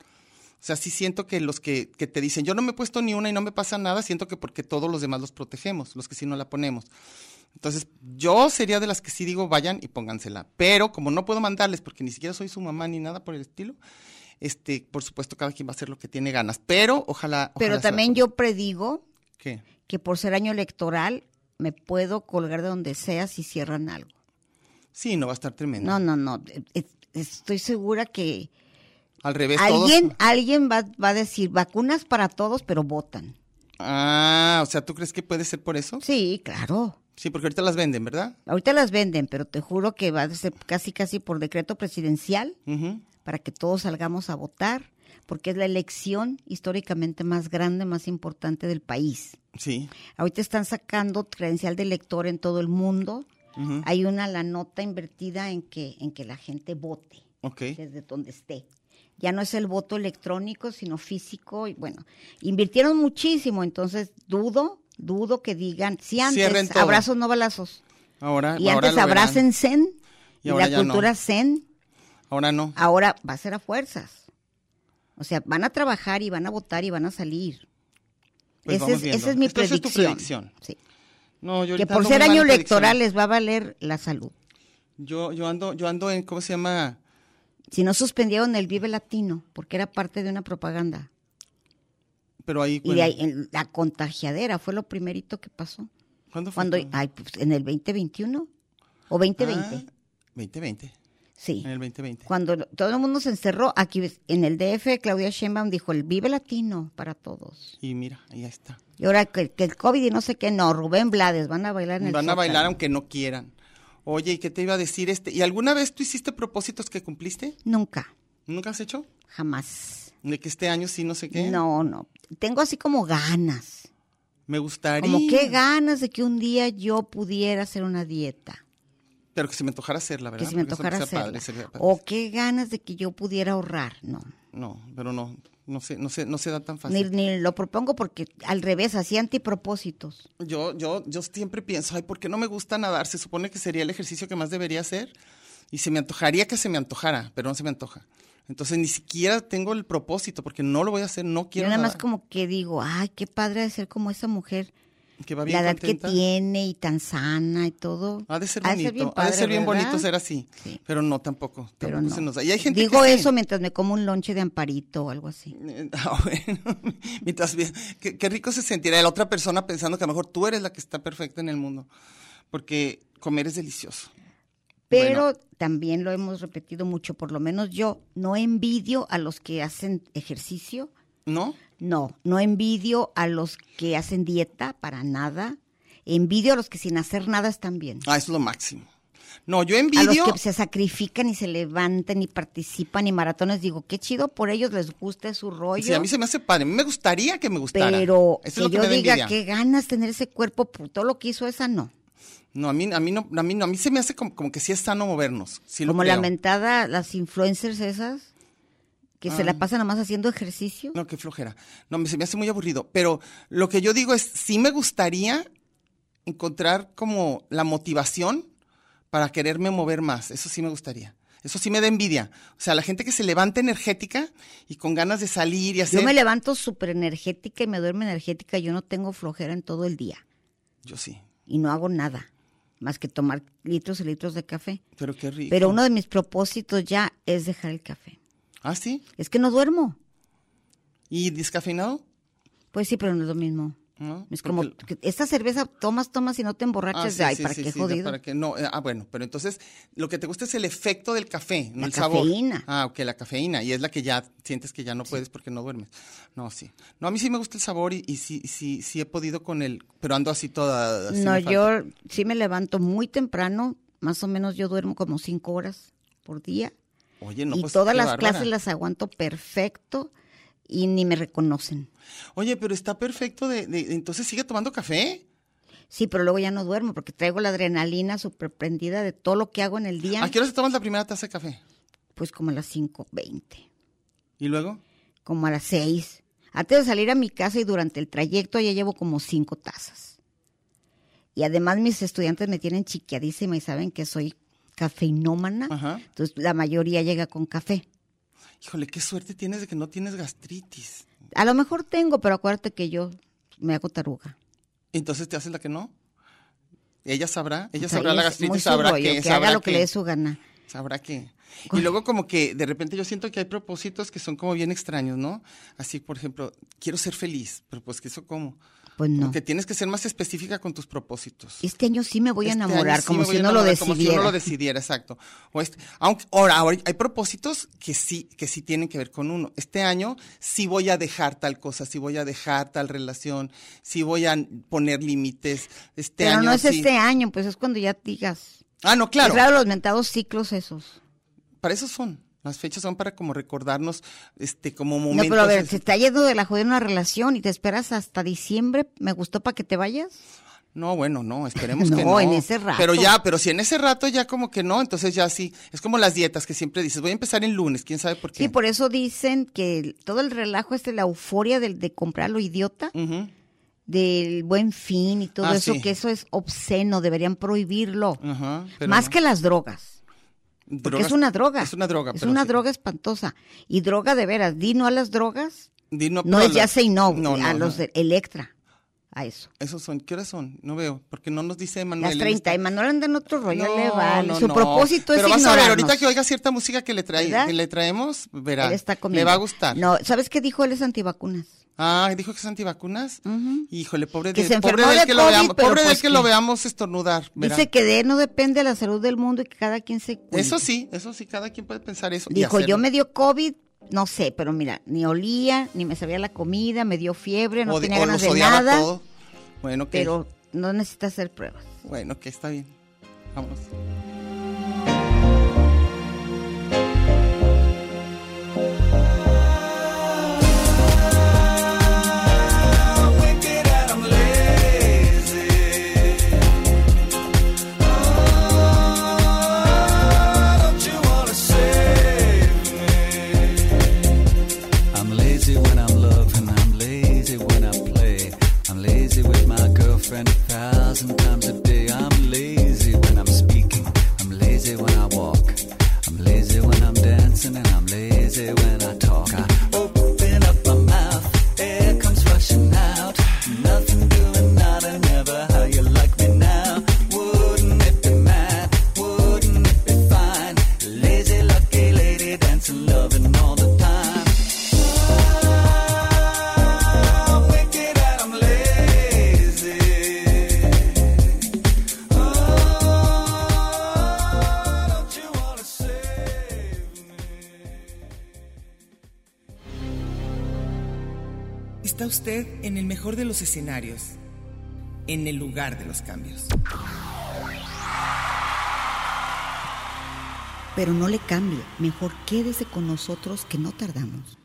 Speaker 3: O sea, sí siento que los que, que te dicen, yo no me he puesto ni una y no me pasa nada, siento que porque todos los demás los protegemos, los que sí no la ponemos. Entonces, yo sería de las que sí digo, vayan y póngansela. Pero como no puedo mandarles, porque ni siquiera soy su mamá ni nada por el estilo, este, por supuesto, cada quien va a hacer lo que tiene ganas. Pero ojalá.
Speaker 1: Pero
Speaker 3: ojalá se
Speaker 1: también
Speaker 3: vacunen.
Speaker 1: yo predigo
Speaker 3: ¿Qué?
Speaker 1: que por ser año electoral me puedo colgar de donde sea si cierran algo.
Speaker 3: Sí, no va a estar tremendo.
Speaker 1: No, no, no. eh, Estoy segura que
Speaker 3: Al revés, todos-
Speaker 1: alguien, alguien va, va a decir vacunas para todos, pero votan.
Speaker 3: Ah, o sea, ¿tú crees que puede ser por eso?
Speaker 1: Sí, claro.
Speaker 3: Sí, porque ahorita las venden, ¿verdad?
Speaker 1: Ahorita las venden, pero te juro que va a ser casi, casi por decreto presidencial
Speaker 3: Ujú.
Speaker 1: para que todos salgamos a votar, porque es la elección históricamente más grande, más importante del país.
Speaker 3: Sí.
Speaker 1: Ahorita están sacando credencial de elector en todo el mundo.
Speaker 3: Ujú.
Speaker 1: Hay una la nota invertida en que, en que la gente vote
Speaker 3: Ok.
Speaker 1: desde donde esté. Ya no es el voto electrónico, sino físico. Y bueno, invirtieron muchísimo, entonces dudo, dudo que digan, si
Speaker 3: Cierren
Speaker 1: antes,
Speaker 3: todo.
Speaker 1: abrazos no balazos.
Speaker 3: Ahora,
Speaker 1: Y
Speaker 3: Ah, ahora
Speaker 1: antes
Speaker 3: lo verán.
Speaker 1: abracen Zen,
Speaker 3: Y
Speaker 1: y,
Speaker 3: ahora
Speaker 1: la
Speaker 3: ya no.
Speaker 1: cultura Zen,
Speaker 3: Ahora no.
Speaker 1: ahora va a ser a fuerzas. O sea, van a trabajar y van a votar y van a salir.
Speaker 3: Pues
Speaker 1: Ese
Speaker 3: vamos
Speaker 1: es-
Speaker 3: viendo.
Speaker 1: esa es mi
Speaker 3: Esta es tu
Speaker 1: predicción.
Speaker 3: predicción.
Speaker 1: Sí.
Speaker 3: No, yo
Speaker 1: Que
Speaker 3: ahorita
Speaker 1: por
Speaker 3: ando
Speaker 1: ser
Speaker 3: muy mal
Speaker 1: año
Speaker 3: en
Speaker 1: electoral
Speaker 3: predicciones.
Speaker 1: les va a valer la salud.
Speaker 3: Yo, yo ando, yo ando en, ¿cómo se llama?
Speaker 1: Si no suspendieron el Vive Latino, porque era parte de una propaganda.
Speaker 3: Pero ahí,
Speaker 1: Y de
Speaker 3: bueno,
Speaker 1: ahí, en la contagiadera fue lo primerito que pasó.
Speaker 3: ¿cuándo fue?
Speaker 1: Cuando, ay, pues, en el 2021 o 2020.
Speaker 3: Ah, 2020,
Speaker 1: sí.
Speaker 3: en el 2020.
Speaker 1: Cuando lo- todo el mundo se encerró, aquí ves, en el DF Claudia Sheinbaum dijo el Vive Latino para todos.
Speaker 3: Y mira, ahí está.
Speaker 1: Y ahora que, que el COVID y no sé qué, no, Rubén Blades, van a bailar en el
Speaker 3: Van a bailar
Speaker 1: Zócalo.
Speaker 3: aunque no quieran. Oye, ¿y qué te iba a decir este? ¿Y alguna vez tú hiciste propósitos que cumpliste?
Speaker 1: Nunca,
Speaker 3: ¿Nunca has hecho?
Speaker 1: jamás.
Speaker 3: De que este año sí, no sé qué.
Speaker 1: No, no. Tengo así como ganas.
Speaker 3: Me gustaría.
Speaker 1: Como qué ganas de que un día yo pudiera hacer una dieta.
Speaker 3: Pero que se me antojara hacerla, ¿verdad?
Speaker 1: que si me
Speaker 3: Porque eso
Speaker 1: antojara
Speaker 3: sería
Speaker 1: hacerla.
Speaker 3: padre, sería padre.
Speaker 1: o qué ganas de que yo pudiera ahorrar. No.
Speaker 3: No, pero no. No se, no se, no se da tan fácil.
Speaker 1: Ni, ni lo propongo porque al revés, así antipropósitos.
Speaker 3: Yo, yo, yo siempre pienso, ay, ¿por qué no me gusta nadar? Se supone que sería el ejercicio que más debería hacer y se me antojaría que se me antojara, pero no se me antoja. Entonces ni siquiera tengo el propósito porque no lo voy a hacer, no
Speaker 1: Yo
Speaker 3: quiero
Speaker 1: nada más
Speaker 3: nadar.
Speaker 1: como que digo, ay, qué padre de ser como esa mujer.
Speaker 3: que va bien
Speaker 1: La edad
Speaker 3: contenta.
Speaker 1: que tiene y tan sana y todo.
Speaker 3: Ha de ser
Speaker 1: Ha
Speaker 3: bonito,
Speaker 1: bien
Speaker 3: ha de ser
Speaker 1: padre,
Speaker 3: bien bonito
Speaker 1: ¿verdad?
Speaker 3: ser así,
Speaker 1: Sí.
Speaker 3: pero no tampoco, tampoco
Speaker 1: Pero no.
Speaker 3: se nos da. Y hay gente
Speaker 1: Digo
Speaker 3: que sí.
Speaker 1: eso mientras me como un lonche de amparito o algo así.
Speaker 3: Eh, [LAUGHS] ah, bueno, [LAUGHS] mientras bien- qué, qué rico se sentirá la otra persona pensando que a lo mejor tú eres la que está perfecta en el mundo, porque comer es delicioso.
Speaker 1: Pero también lo hemos repetido mucho, por lo menos yo no envidio a los que hacen ejercicio,
Speaker 3: ¿No?
Speaker 1: no, no envidio a los que hacen dieta para nada, envidio a los que sin hacer nada están bien.
Speaker 3: Ah, es lo máximo. No, yo
Speaker 1: A los
Speaker 3: envidio.
Speaker 1: que se sacrifican y se levantan y participan y maratones, digo, qué chido, por ellos les gusta su rollo.
Speaker 3: Sí, a mí se me hace padre. Me gustaría que me gustara.
Speaker 1: pero
Speaker 3: Eso es
Speaker 1: que
Speaker 3: lo
Speaker 1: yo
Speaker 3: me da
Speaker 1: diga
Speaker 3: envidia.
Speaker 1: qué ganas tener ese cuerpo por todo lo que hizo esa, no.
Speaker 3: No, a mí, a mí no, a mí no, a mí se me hace como, como que sí es sano movernos. Sí lo
Speaker 1: Como
Speaker 3: creo.
Speaker 1: lamentada las influencers esas que se la pasan nada más haciendo ejercicio.
Speaker 3: Ah. No, qué flojera. No, me- se me hace muy aburrido. Pero lo que yo digo es, sí me gustaría encontrar como la motivación para quererme mover más. Eso sí me gustaría. Eso sí me da envidia. O sea, la gente que se levanta energética y con ganas de salir y hacer.
Speaker 1: Yo me levanto súper energética y me duermo energética. Yo no tengo flojera en todo el día
Speaker 3: Yo sí.
Speaker 1: y no hago nada más que tomar litros y litros de café.
Speaker 3: Pero qué rico.
Speaker 1: Pero uno de mis propósitos ya es dejar el café.
Speaker 3: Ah, sí.
Speaker 1: Es que no duermo.
Speaker 3: ¿Y descafeinado?
Speaker 1: Pues sí, pero no es lo mismo.
Speaker 3: No,
Speaker 1: Es
Speaker 3: porque
Speaker 1: como,
Speaker 3: el-
Speaker 1: que esta cerveza tomas, tomas y no te emborrachas.
Speaker 3: Ah, sí,
Speaker 1: Ay,
Speaker 3: sí,
Speaker 1: ¿para
Speaker 3: sí,
Speaker 1: qué
Speaker 3: sí,
Speaker 1: jodido?
Speaker 3: para qué. No, eh, ah, bueno, pero entonces lo que te gusta es el efecto del café, no
Speaker 1: La
Speaker 3: el
Speaker 1: cafeína.
Speaker 3: sabor. Ah, ok, la cafeína. Y es la que ya sientes que ya no puedes porque no duermes. No, sí. No, a mí sí me gusta el sabor y, y sí, sí, sí he podido con el. Pero ando así toda. así
Speaker 1: No,
Speaker 3: me falta.
Speaker 1: yo sí me levanto muy temprano, más o menos yo duermo como cinco horas por día
Speaker 3: Oye, no,
Speaker 1: y
Speaker 3: pues,
Speaker 1: todas
Speaker 3: qué
Speaker 1: las
Speaker 3: bárbara.
Speaker 1: clases las aguanto perfecto y ni me reconocen.
Speaker 3: Oye, pero está perfecto de, de- Entonces sigue tomando café.
Speaker 1: Sí, pero luego ya no duermo porque traigo la adrenalina súper prendida de todo lo que hago en el día,
Speaker 3: ¿A qué hora se tomas la primera taza de café?
Speaker 1: pues como a las 5.20,
Speaker 3: ¿Y luego?
Speaker 1: como a las 6. Antes de salir a mi casa y durante el trayecto ya llevo como cinco tazas. Y además mis estudiantes me tienen chiqueadísima y saben que soy cafeinómana.
Speaker 3: Ajá.
Speaker 1: Entonces la mayoría llega con café.
Speaker 3: Híjole, qué suerte tienes de que no tienes gastritis.
Speaker 1: A lo mejor tengo, pero acuérdate que yo me hago taruga.
Speaker 3: Entonces te haces la que no. Ella sabrá, ella
Speaker 1: O sea,
Speaker 3: sabrá la
Speaker 1: es muy
Speaker 3: gastritis,
Speaker 1: su
Speaker 3: sabrá
Speaker 1: rollo,
Speaker 3: que,
Speaker 1: que haga
Speaker 3: sabrá
Speaker 1: lo que
Speaker 3: qué.
Speaker 1: le dé su gana.
Speaker 3: Sabrá qué. Y luego como que de repente yo siento que hay propósitos que son como bien extraños, ¿no? Así, por ejemplo, quiero ser feliz, pero pues que eso cómo.
Speaker 1: Pues
Speaker 3: Como
Speaker 1: no.
Speaker 3: que tienes que ser más específica con tus propósitos.
Speaker 1: Este año sí me voy a
Speaker 3: Este año
Speaker 1: enamorar,
Speaker 3: sí
Speaker 1: como
Speaker 3: me voy
Speaker 1: si
Speaker 3: a
Speaker 1: no lo
Speaker 3: enamorar, Como si
Speaker 1: decidiera.
Speaker 3: uno lo este decidiera, exacto. O este- aunque, ahora, ahora, hay propósitos que sí, que sí tienen que ver con uno. Este año sí voy a dejar tal cosa, sí voy a dejar tal relación, sí voy a poner límites. Este
Speaker 1: pero
Speaker 3: año
Speaker 1: no es
Speaker 3: sí.
Speaker 1: este año, pues es cuando ya digas. Pues
Speaker 3: Ah, no, claro.
Speaker 1: Claro, los mentados ciclos esos.
Speaker 3: Para eso son. Las fechas son para como recordarnos, este, como
Speaker 1: no,
Speaker 3: momentos.
Speaker 1: pero a ver,
Speaker 3: este,
Speaker 1: se está yendo de la joder una relación y te esperas hasta diciembre. ¿Me gustó para que te vayas?
Speaker 3: No, bueno,
Speaker 1: [LAUGHS]
Speaker 3: no, esperemos que
Speaker 1: No,
Speaker 3: no.
Speaker 1: en ese rato.
Speaker 3: Pero ya, pero si en ese rato ya como que no, entonces ya sí. Es como las dietas que siempre dices, voy a empezar el lunes, quién sabe por qué.
Speaker 1: Sí, por eso dicen que el- todo el relajo es de la euforia del, de comprar lo idiota.
Speaker 3: Ujú.
Speaker 1: del buen fin y todo
Speaker 3: Ah,
Speaker 1: eso,
Speaker 3: sí.
Speaker 1: que eso es obsceno, deberían prohibirlo.
Speaker 3: Ajá, pero
Speaker 1: Más
Speaker 3: no.
Speaker 1: que las drogas, porque
Speaker 3: Drogas-
Speaker 1: es una droga.
Speaker 3: Es una droga.
Speaker 1: Es
Speaker 3: pero
Speaker 1: una
Speaker 3: sí.
Speaker 1: droga espantosa. Y droga de veras, di no a las drogas,
Speaker 3: Di
Speaker 1: no
Speaker 3: pero
Speaker 1: es ya say no,
Speaker 3: No, no,
Speaker 1: a
Speaker 3: no.
Speaker 1: los de Electra, a eso.
Speaker 3: Esos son, ¿qué horas son? No veo, porque no nos dice Manuel.
Speaker 1: Las 30, Emanuel anda en otro rollo, le vale. Su
Speaker 3: no.
Speaker 1: propósito
Speaker 3: Pero
Speaker 1: es
Speaker 3: vas a ver,
Speaker 1: ignorarnos.
Speaker 3: ahorita que oiga cierta música que le, trae-
Speaker 1: ¿Verdad?
Speaker 3: que le traemos, verá.
Speaker 1: Él está
Speaker 3: le
Speaker 1: comiendo.
Speaker 3: va a gustar.
Speaker 1: No, ¿sabes qué dijo? Él es antivacunas.
Speaker 3: Ah, dijo que es antivacunas. Híjole,
Speaker 1: Mm.
Speaker 3: pobre
Speaker 1: Que
Speaker 3: de,
Speaker 1: se enfermó
Speaker 3: pobre del
Speaker 1: de
Speaker 3: que lo
Speaker 1: COVID,
Speaker 3: veamos,
Speaker 1: pero
Speaker 3: pobre del
Speaker 1: pues
Speaker 3: que
Speaker 1: que-
Speaker 3: lo veamos estornudar. verá.
Speaker 1: Dice que de él no depende la salud del mundo y que cada quien se cuide.
Speaker 3: Eso sí, eso sí, cada quien puede pensar eso. y
Speaker 1: Dijo, yo
Speaker 3: hacerlo.
Speaker 1: me dio COVID, no sé, pero mira, ni olía, ni me sabía la comida, me dio fiebre, no
Speaker 3: O de-
Speaker 1: tenía
Speaker 3: o
Speaker 1: ganas
Speaker 3: los
Speaker 1: de
Speaker 3: odiaba
Speaker 1: nada,
Speaker 3: todo. Bueno, que
Speaker 1: pero no necesita hacer pruebas.
Speaker 3: bueno, que está bien. Vámonos.
Speaker 7: Oh,
Speaker 8: I'm lazy
Speaker 6: Oh,
Speaker 4: Está usted en el mejor de los escenarios, en el lugar de los cambios.
Speaker 5: Pero no le cambie, mejor quédese con nosotros que no tardamos.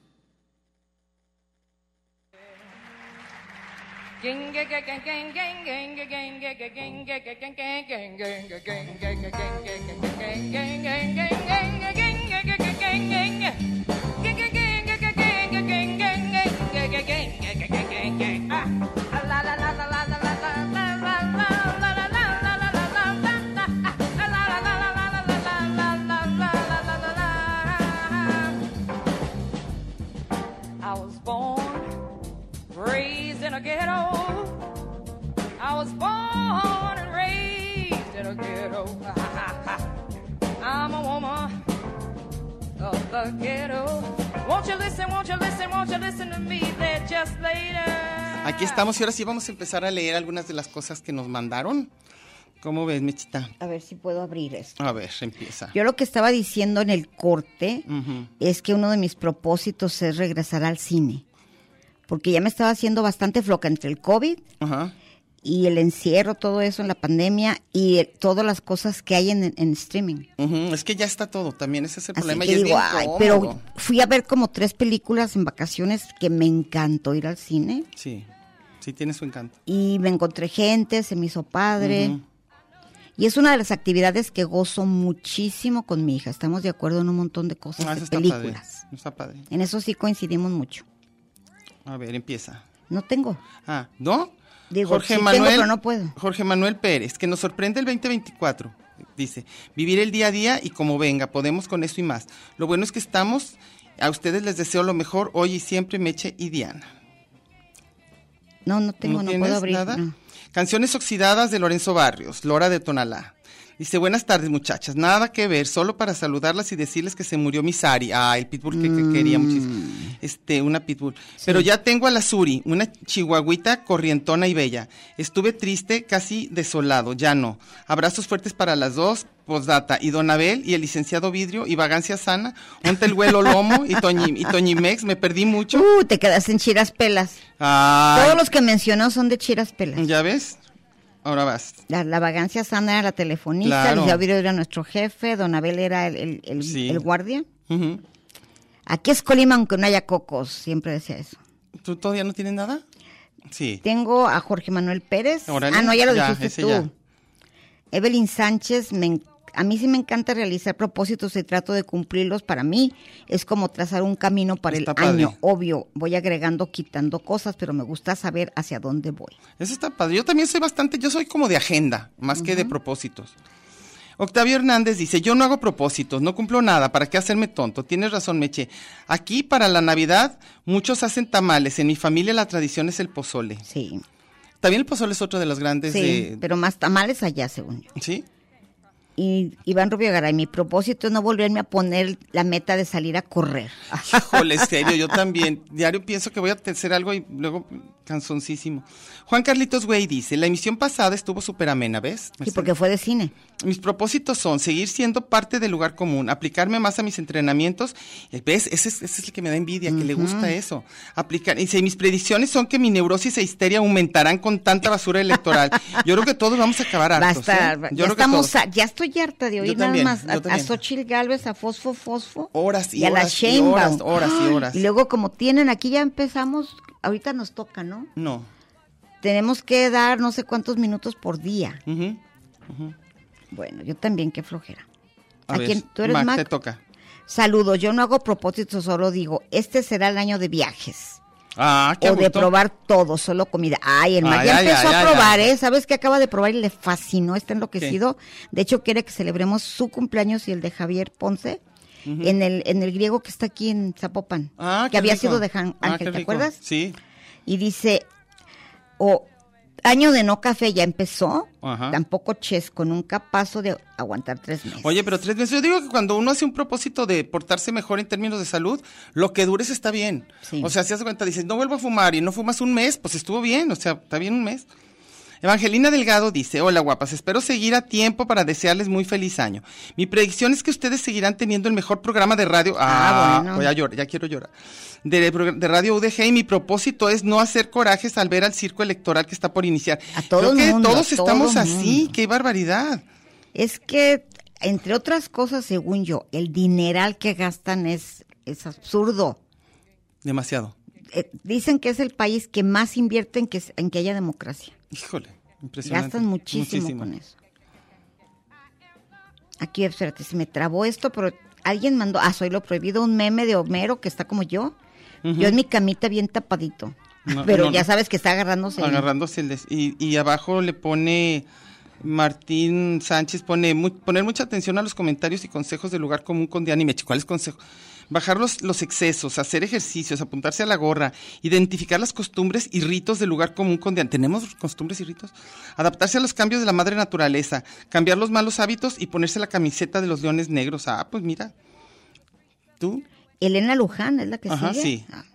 Speaker 8: I was born, raised in a ghetto. I was born and raised in a ghetto. [LAUGHS] I'm a woman of the ghetto. Won't you listen, won't you listen, won't you listen to me there just later?
Speaker 3: Aquí estamos y ahora sí vamos a empezar a leer algunas de las cosas que nos mandaron. ¿Cómo ves, Mechita?
Speaker 1: A ver si puedo abrir esto.
Speaker 3: A ver, empieza.
Speaker 1: Yo lo que estaba diciendo en el corte
Speaker 3: Ujú.
Speaker 1: es que uno de mis propósitos es regresar al cine. Porque ya me estaba haciendo bastante floca entre el COVID
Speaker 3: Ajá.
Speaker 1: y el encierro, todo eso en la pandemia y el- todas las cosas que hay en, en streaming.
Speaker 3: Ujú, Es que ya está todo, también ese es el
Speaker 1: Así
Speaker 3: problema.
Speaker 1: que
Speaker 3: y es
Speaker 1: digo,
Speaker 3: bien
Speaker 1: ay,
Speaker 3: cómodo".
Speaker 1: pero fui a ver como tres películas en vacaciones que me encantó ir al cine
Speaker 3: Sí, sí tiene su encanto.
Speaker 1: y me encontré gente, se me hizo padre.
Speaker 3: Ujú.
Speaker 1: Y es una de las actividades que gozo muchísimo con mi hija. Estamos de acuerdo en un montón de cosas, de
Speaker 3: Ah, eso está padre.
Speaker 1: películas.
Speaker 3: Está padre.
Speaker 1: En eso sí coincidimos mucho.
Speaker 3: A ver, empieza.
Speaker 1: No tengo.
Speaker 3: Ah, ¿no?
Speaker 1: Digo, sí tengo, pero no puedo.
Speaker 3: Jorge Manuel Pérez, que nos sorprende el 2024. Dice, vivir el día a día y como venga, podemos con eso y más. Lo bueno es que estamos, a ustedes les deseo lo mejor hoy y siempre, Meche y Diana.
Speaker 1: No, no tengo, no,
Speaker 3: tienes
Speaker 1: puedo abrir.
Speaker 3: nada?
Speaker 1: no.
Speaker 3: Canciones oxidadas de Lorenzo Barrios, Lora de Tonalá. Dice, buenas tardes muchachas, nada que ver, solo para saludarlas y decirles que se murió mi Sari. Ah, el pitbull que,
Speaker 1: Mm.
Speaker 3: que quería muchísimo. Este, una pitbull. Pero ya tengo a la Suri, una chihuahuita corrientona y bella. Estuve triste, casi desolado, ya no. Abrazos fuertes para las dos, posdata. Y Don Abel y el licenciado Vidrio y Vagancia Sana, un telhuelo lomo y, Toñi, y Toñimex, me perdí mucho.
Speaker 1: Uh, te quedas en chiras pelas.
Speaker 3: Ay,
Speaker 1: [LAUGHS] Todos los que mencionó son de chiras pelas.
Speaker 3: ¿Ya ves? Ahora vas.
Speaker 1: La, la vagancia sana era la telefonista,
Speaker 3: Claro.
Speaker 1: Luis Gabriel era nuestro jefe, Don Abel era el, el- el-
Speaker 3: Sí.
Speaker 1: el guardia.
Speaker 3: Ujú.
Speaker 1: Aquí es Colima, aunque no haya cocos, siempre decía eso.
Speaker 3: ¿Tú todavía no tienes nada? Sí.
Speaker 1: Tengo a Jorge Manuel Pérez.
Speaker 3: Órale.
Speaker 1: Ah, no, ya lo
Speaker 3: Ya,
Speaker 1: dijiste
Speaker 3: ese
Speaker 1: tú.
Speaker 3: ya.
Speaker 1: Evelyn Sánchez, me en- a mí sí me encanta realizar propósitos y trato de cumplirlos. Para mí es como trazar un camino para
Speaker 3: Está
Speaker 1: el
Speaker 3: padre.
Speaker 1: año. Obvio, voy agregando, quitando cosas, pero me gusta saber hacia dónde voy.
Speaker 3: Eso está padre. Yo también soy bastante, yo soy como de agenda, más que de propósitos. Octavio Hernández dice, yo no hago propósitos, no cumplo nada, ¿para qué hacerme tonto? Tienes razón, Meche. Aquí para la Navidad muchos hacen tamales, en mi familia la tradición es el pozole.
Speaker 1: Sí,
Speaker 3: También el pozole es otro de las grandes
Speaker 1: sí,
Speaker 3: de-
Speaker 1: pero más tamales allá, según yo.
Speaker 3: ¿Sí?
Speaker 1: Y Iván Rubio Garay, mi propósito es no volverme a poner la meta de salir a correr. Ah,
Speaker 3: Híjole, serio, yo también. Diario pienso que voy a hacer algo y luego cansoncísimo. Juan Carlitos Güey dice, la emisión pasada estuvo súper amena, ¿ves? Me
Speaker 1: Sí, porque fue de cine.
Speaker 3: Mis propósitos son seguir siendo parte del lugar común, aplicarme más a mis entrenamientos. Eh, ¿Ves? Ese es, ese es el que me da envidia, que le gusta eso. Aplicar. Dice, mis predicciones son que mi neurosis e histeria aumentarán con tanta basura electoral. Yo creo que todos vamos a acabar hartos.
Speaker 1: Basta,
Speaker 3: ¿eh?
Speaker 1: ba-
Speaker 3: Yo
Speaker 1: ya
Speaker 3: creo
Speaker 1: estamos,
Speaker 3: que todos.
Speaker 1: a- ya estoy harta de oír
Speaker 3: también,
Speaker 1: nada más
Speaker 3: yo
Speaker 1: a, a
Speaker 3: también.
Speaker 1: Xochitl Galvez, a Fosfo Fosfo.
Speaker 3: Horas y
Speaker 1: a la
Speaker 3: horas y
Speaker 1: Sheinbaum.
Speaker 3: horas, horas y
Speaker 1: Ay,
Speaker 3: horas.
Speaker 1: Y luego como tienen, aquí ya empezamos, ahorita nos toca, ¿no?
Speaker 3: No.
Speaker 1: Tenemos que dar no sé cuántos minutos por día.
Speaker 3: Ujú.
Speaker 1: Bueno, yo también, qué flojera.
Speaker 3: A
Speaker 1: ¿A
Speaker 3: ver,
Speaker 1: quién? ¿Tú eres
Speaker 3: Mac,
Speaker 1: Mac?
Speaker 3: te toca.
Speaker 1: Saludos, yo no hago propósitos, solo digo, este será el año de viajes.
Speaker 3: Ah, qué
Speaker 1: o de
Speaker 3: gusto.
Speaker 1: probar todo, solo comida. Ay, el Mac
Speaker 3: Ay,
Speaker 1: ya
Speaker 3: ay,
Speaker 1: empezó
Speaker 3: ay,
Speaker 1: a
Speaker 3: ay,
Speaker 1: probar,
Speaker 3: ay.
Speaker 1: ¿eh? ¿Sabes que acaba de probar y le fascinó? Está enloquecido. De hecho, quiere que celebremos su cumpleaños y el de Javier Ponce en, el, en el griego que está aquí en Zapopan.
Speaker 3: Ah,
Speaker 1: que
Speaker 3: qué
Speaker 1: había
Speaker 3: rico.
Speaker 1: sido de Jan-
Speaker 3: Ah,
Speaker 1: Ángel,
Speaker 3: qué
Speaker 1: ¿te
Speaker 3: rico.
Speaker 1: acuerdas?
Speaker 3: Sí.
Speaker 1: Y dice, o año de no café ya empezó,
Speaker 3: Ajá.
Speaker 1: tampoco chesco, nunca paso de aguantar tres meses.
Speaker 3: Oye, pero tres meses. Yo digo que cuando uno hace un propósito de portarse mejor en términos de salud, lo que dures está bien.
Speaker 1: Sí.
Speaker 3: O sea, si haces cuenta, dices, no vuelvo a fumar y no fumas un mes, pues estuvo bien, o sea, está bien un mes. Evangelina Delgado dice, hola guapas, espero seguir a tiempo para desearles muy feliz año. Mi predicción es que ustedes seguirán teniendo el mejor programa de radio.
Speaker 1: Ah,
Speaker 3: Ah,
Speaker 1: bueno.
Speaker 3: voy a llorar, ya quiero llorar. De, progr- de Radio UDG y mi propósito es no hacer corajes al ver al circo electoral que está por iniciar.
Speaker 1: A todo
Speaker 3: Creo que
Speaker 1: mundo, a
Speaker 3: todos
Speaker 1: todo
Speaker 3: estamos así,
Speaker 1: mundo.
Speaker 3: qué barbaridad.
Speaker 1: Es que, entre otras cosas, según yo, el dineral que gastan es, es absurdo.
Speaker 3: Demasiado.
Speaker 1: Eh, dicen que es el país que más invierte en que, s- en que haya democracia.
Speaker 3: Híjole, impresionante.
Speaker 1: Gastan muchísimo, con eso. Aquí, espérate, se me trabó esto, pero alguien mandó, ah, soy lo prohibido, un meme de Homero que está como yo. Yo en mi camita bien tapadito.
Speaker 3: No,
Speaker 1: pero
Speaker 3: no,
Speaker 1: ya
Speaker 3: no.
Speaker 1: sabes que está agarrándose. el-
Speaker 3: agarrándose el des- y, y abajo le pone Martín Sánchez pone mu- poner mucha atención a los comentarios y consejos del lugar común con Diana y Meche. ¿Cuáles consejos? Bajar los, los excesos, hacer ejercicios, apuntarse a la gorra, identificar las costumbres y ritos del lugar común con Diana. ¿Tenemos costumbres y ritos? Adaptarse a los cambios de la madre naturaleza, cambiar los malos hábitos y ponerse la camiseta de los leones negros. Ah, pues mira. ¿Tú?
Speaker 1: Elena Luján es la que
Speaker 3: Ajá,
Speaker 1: sigue.
Speaker 3: sí.
Speaker 1: Ah.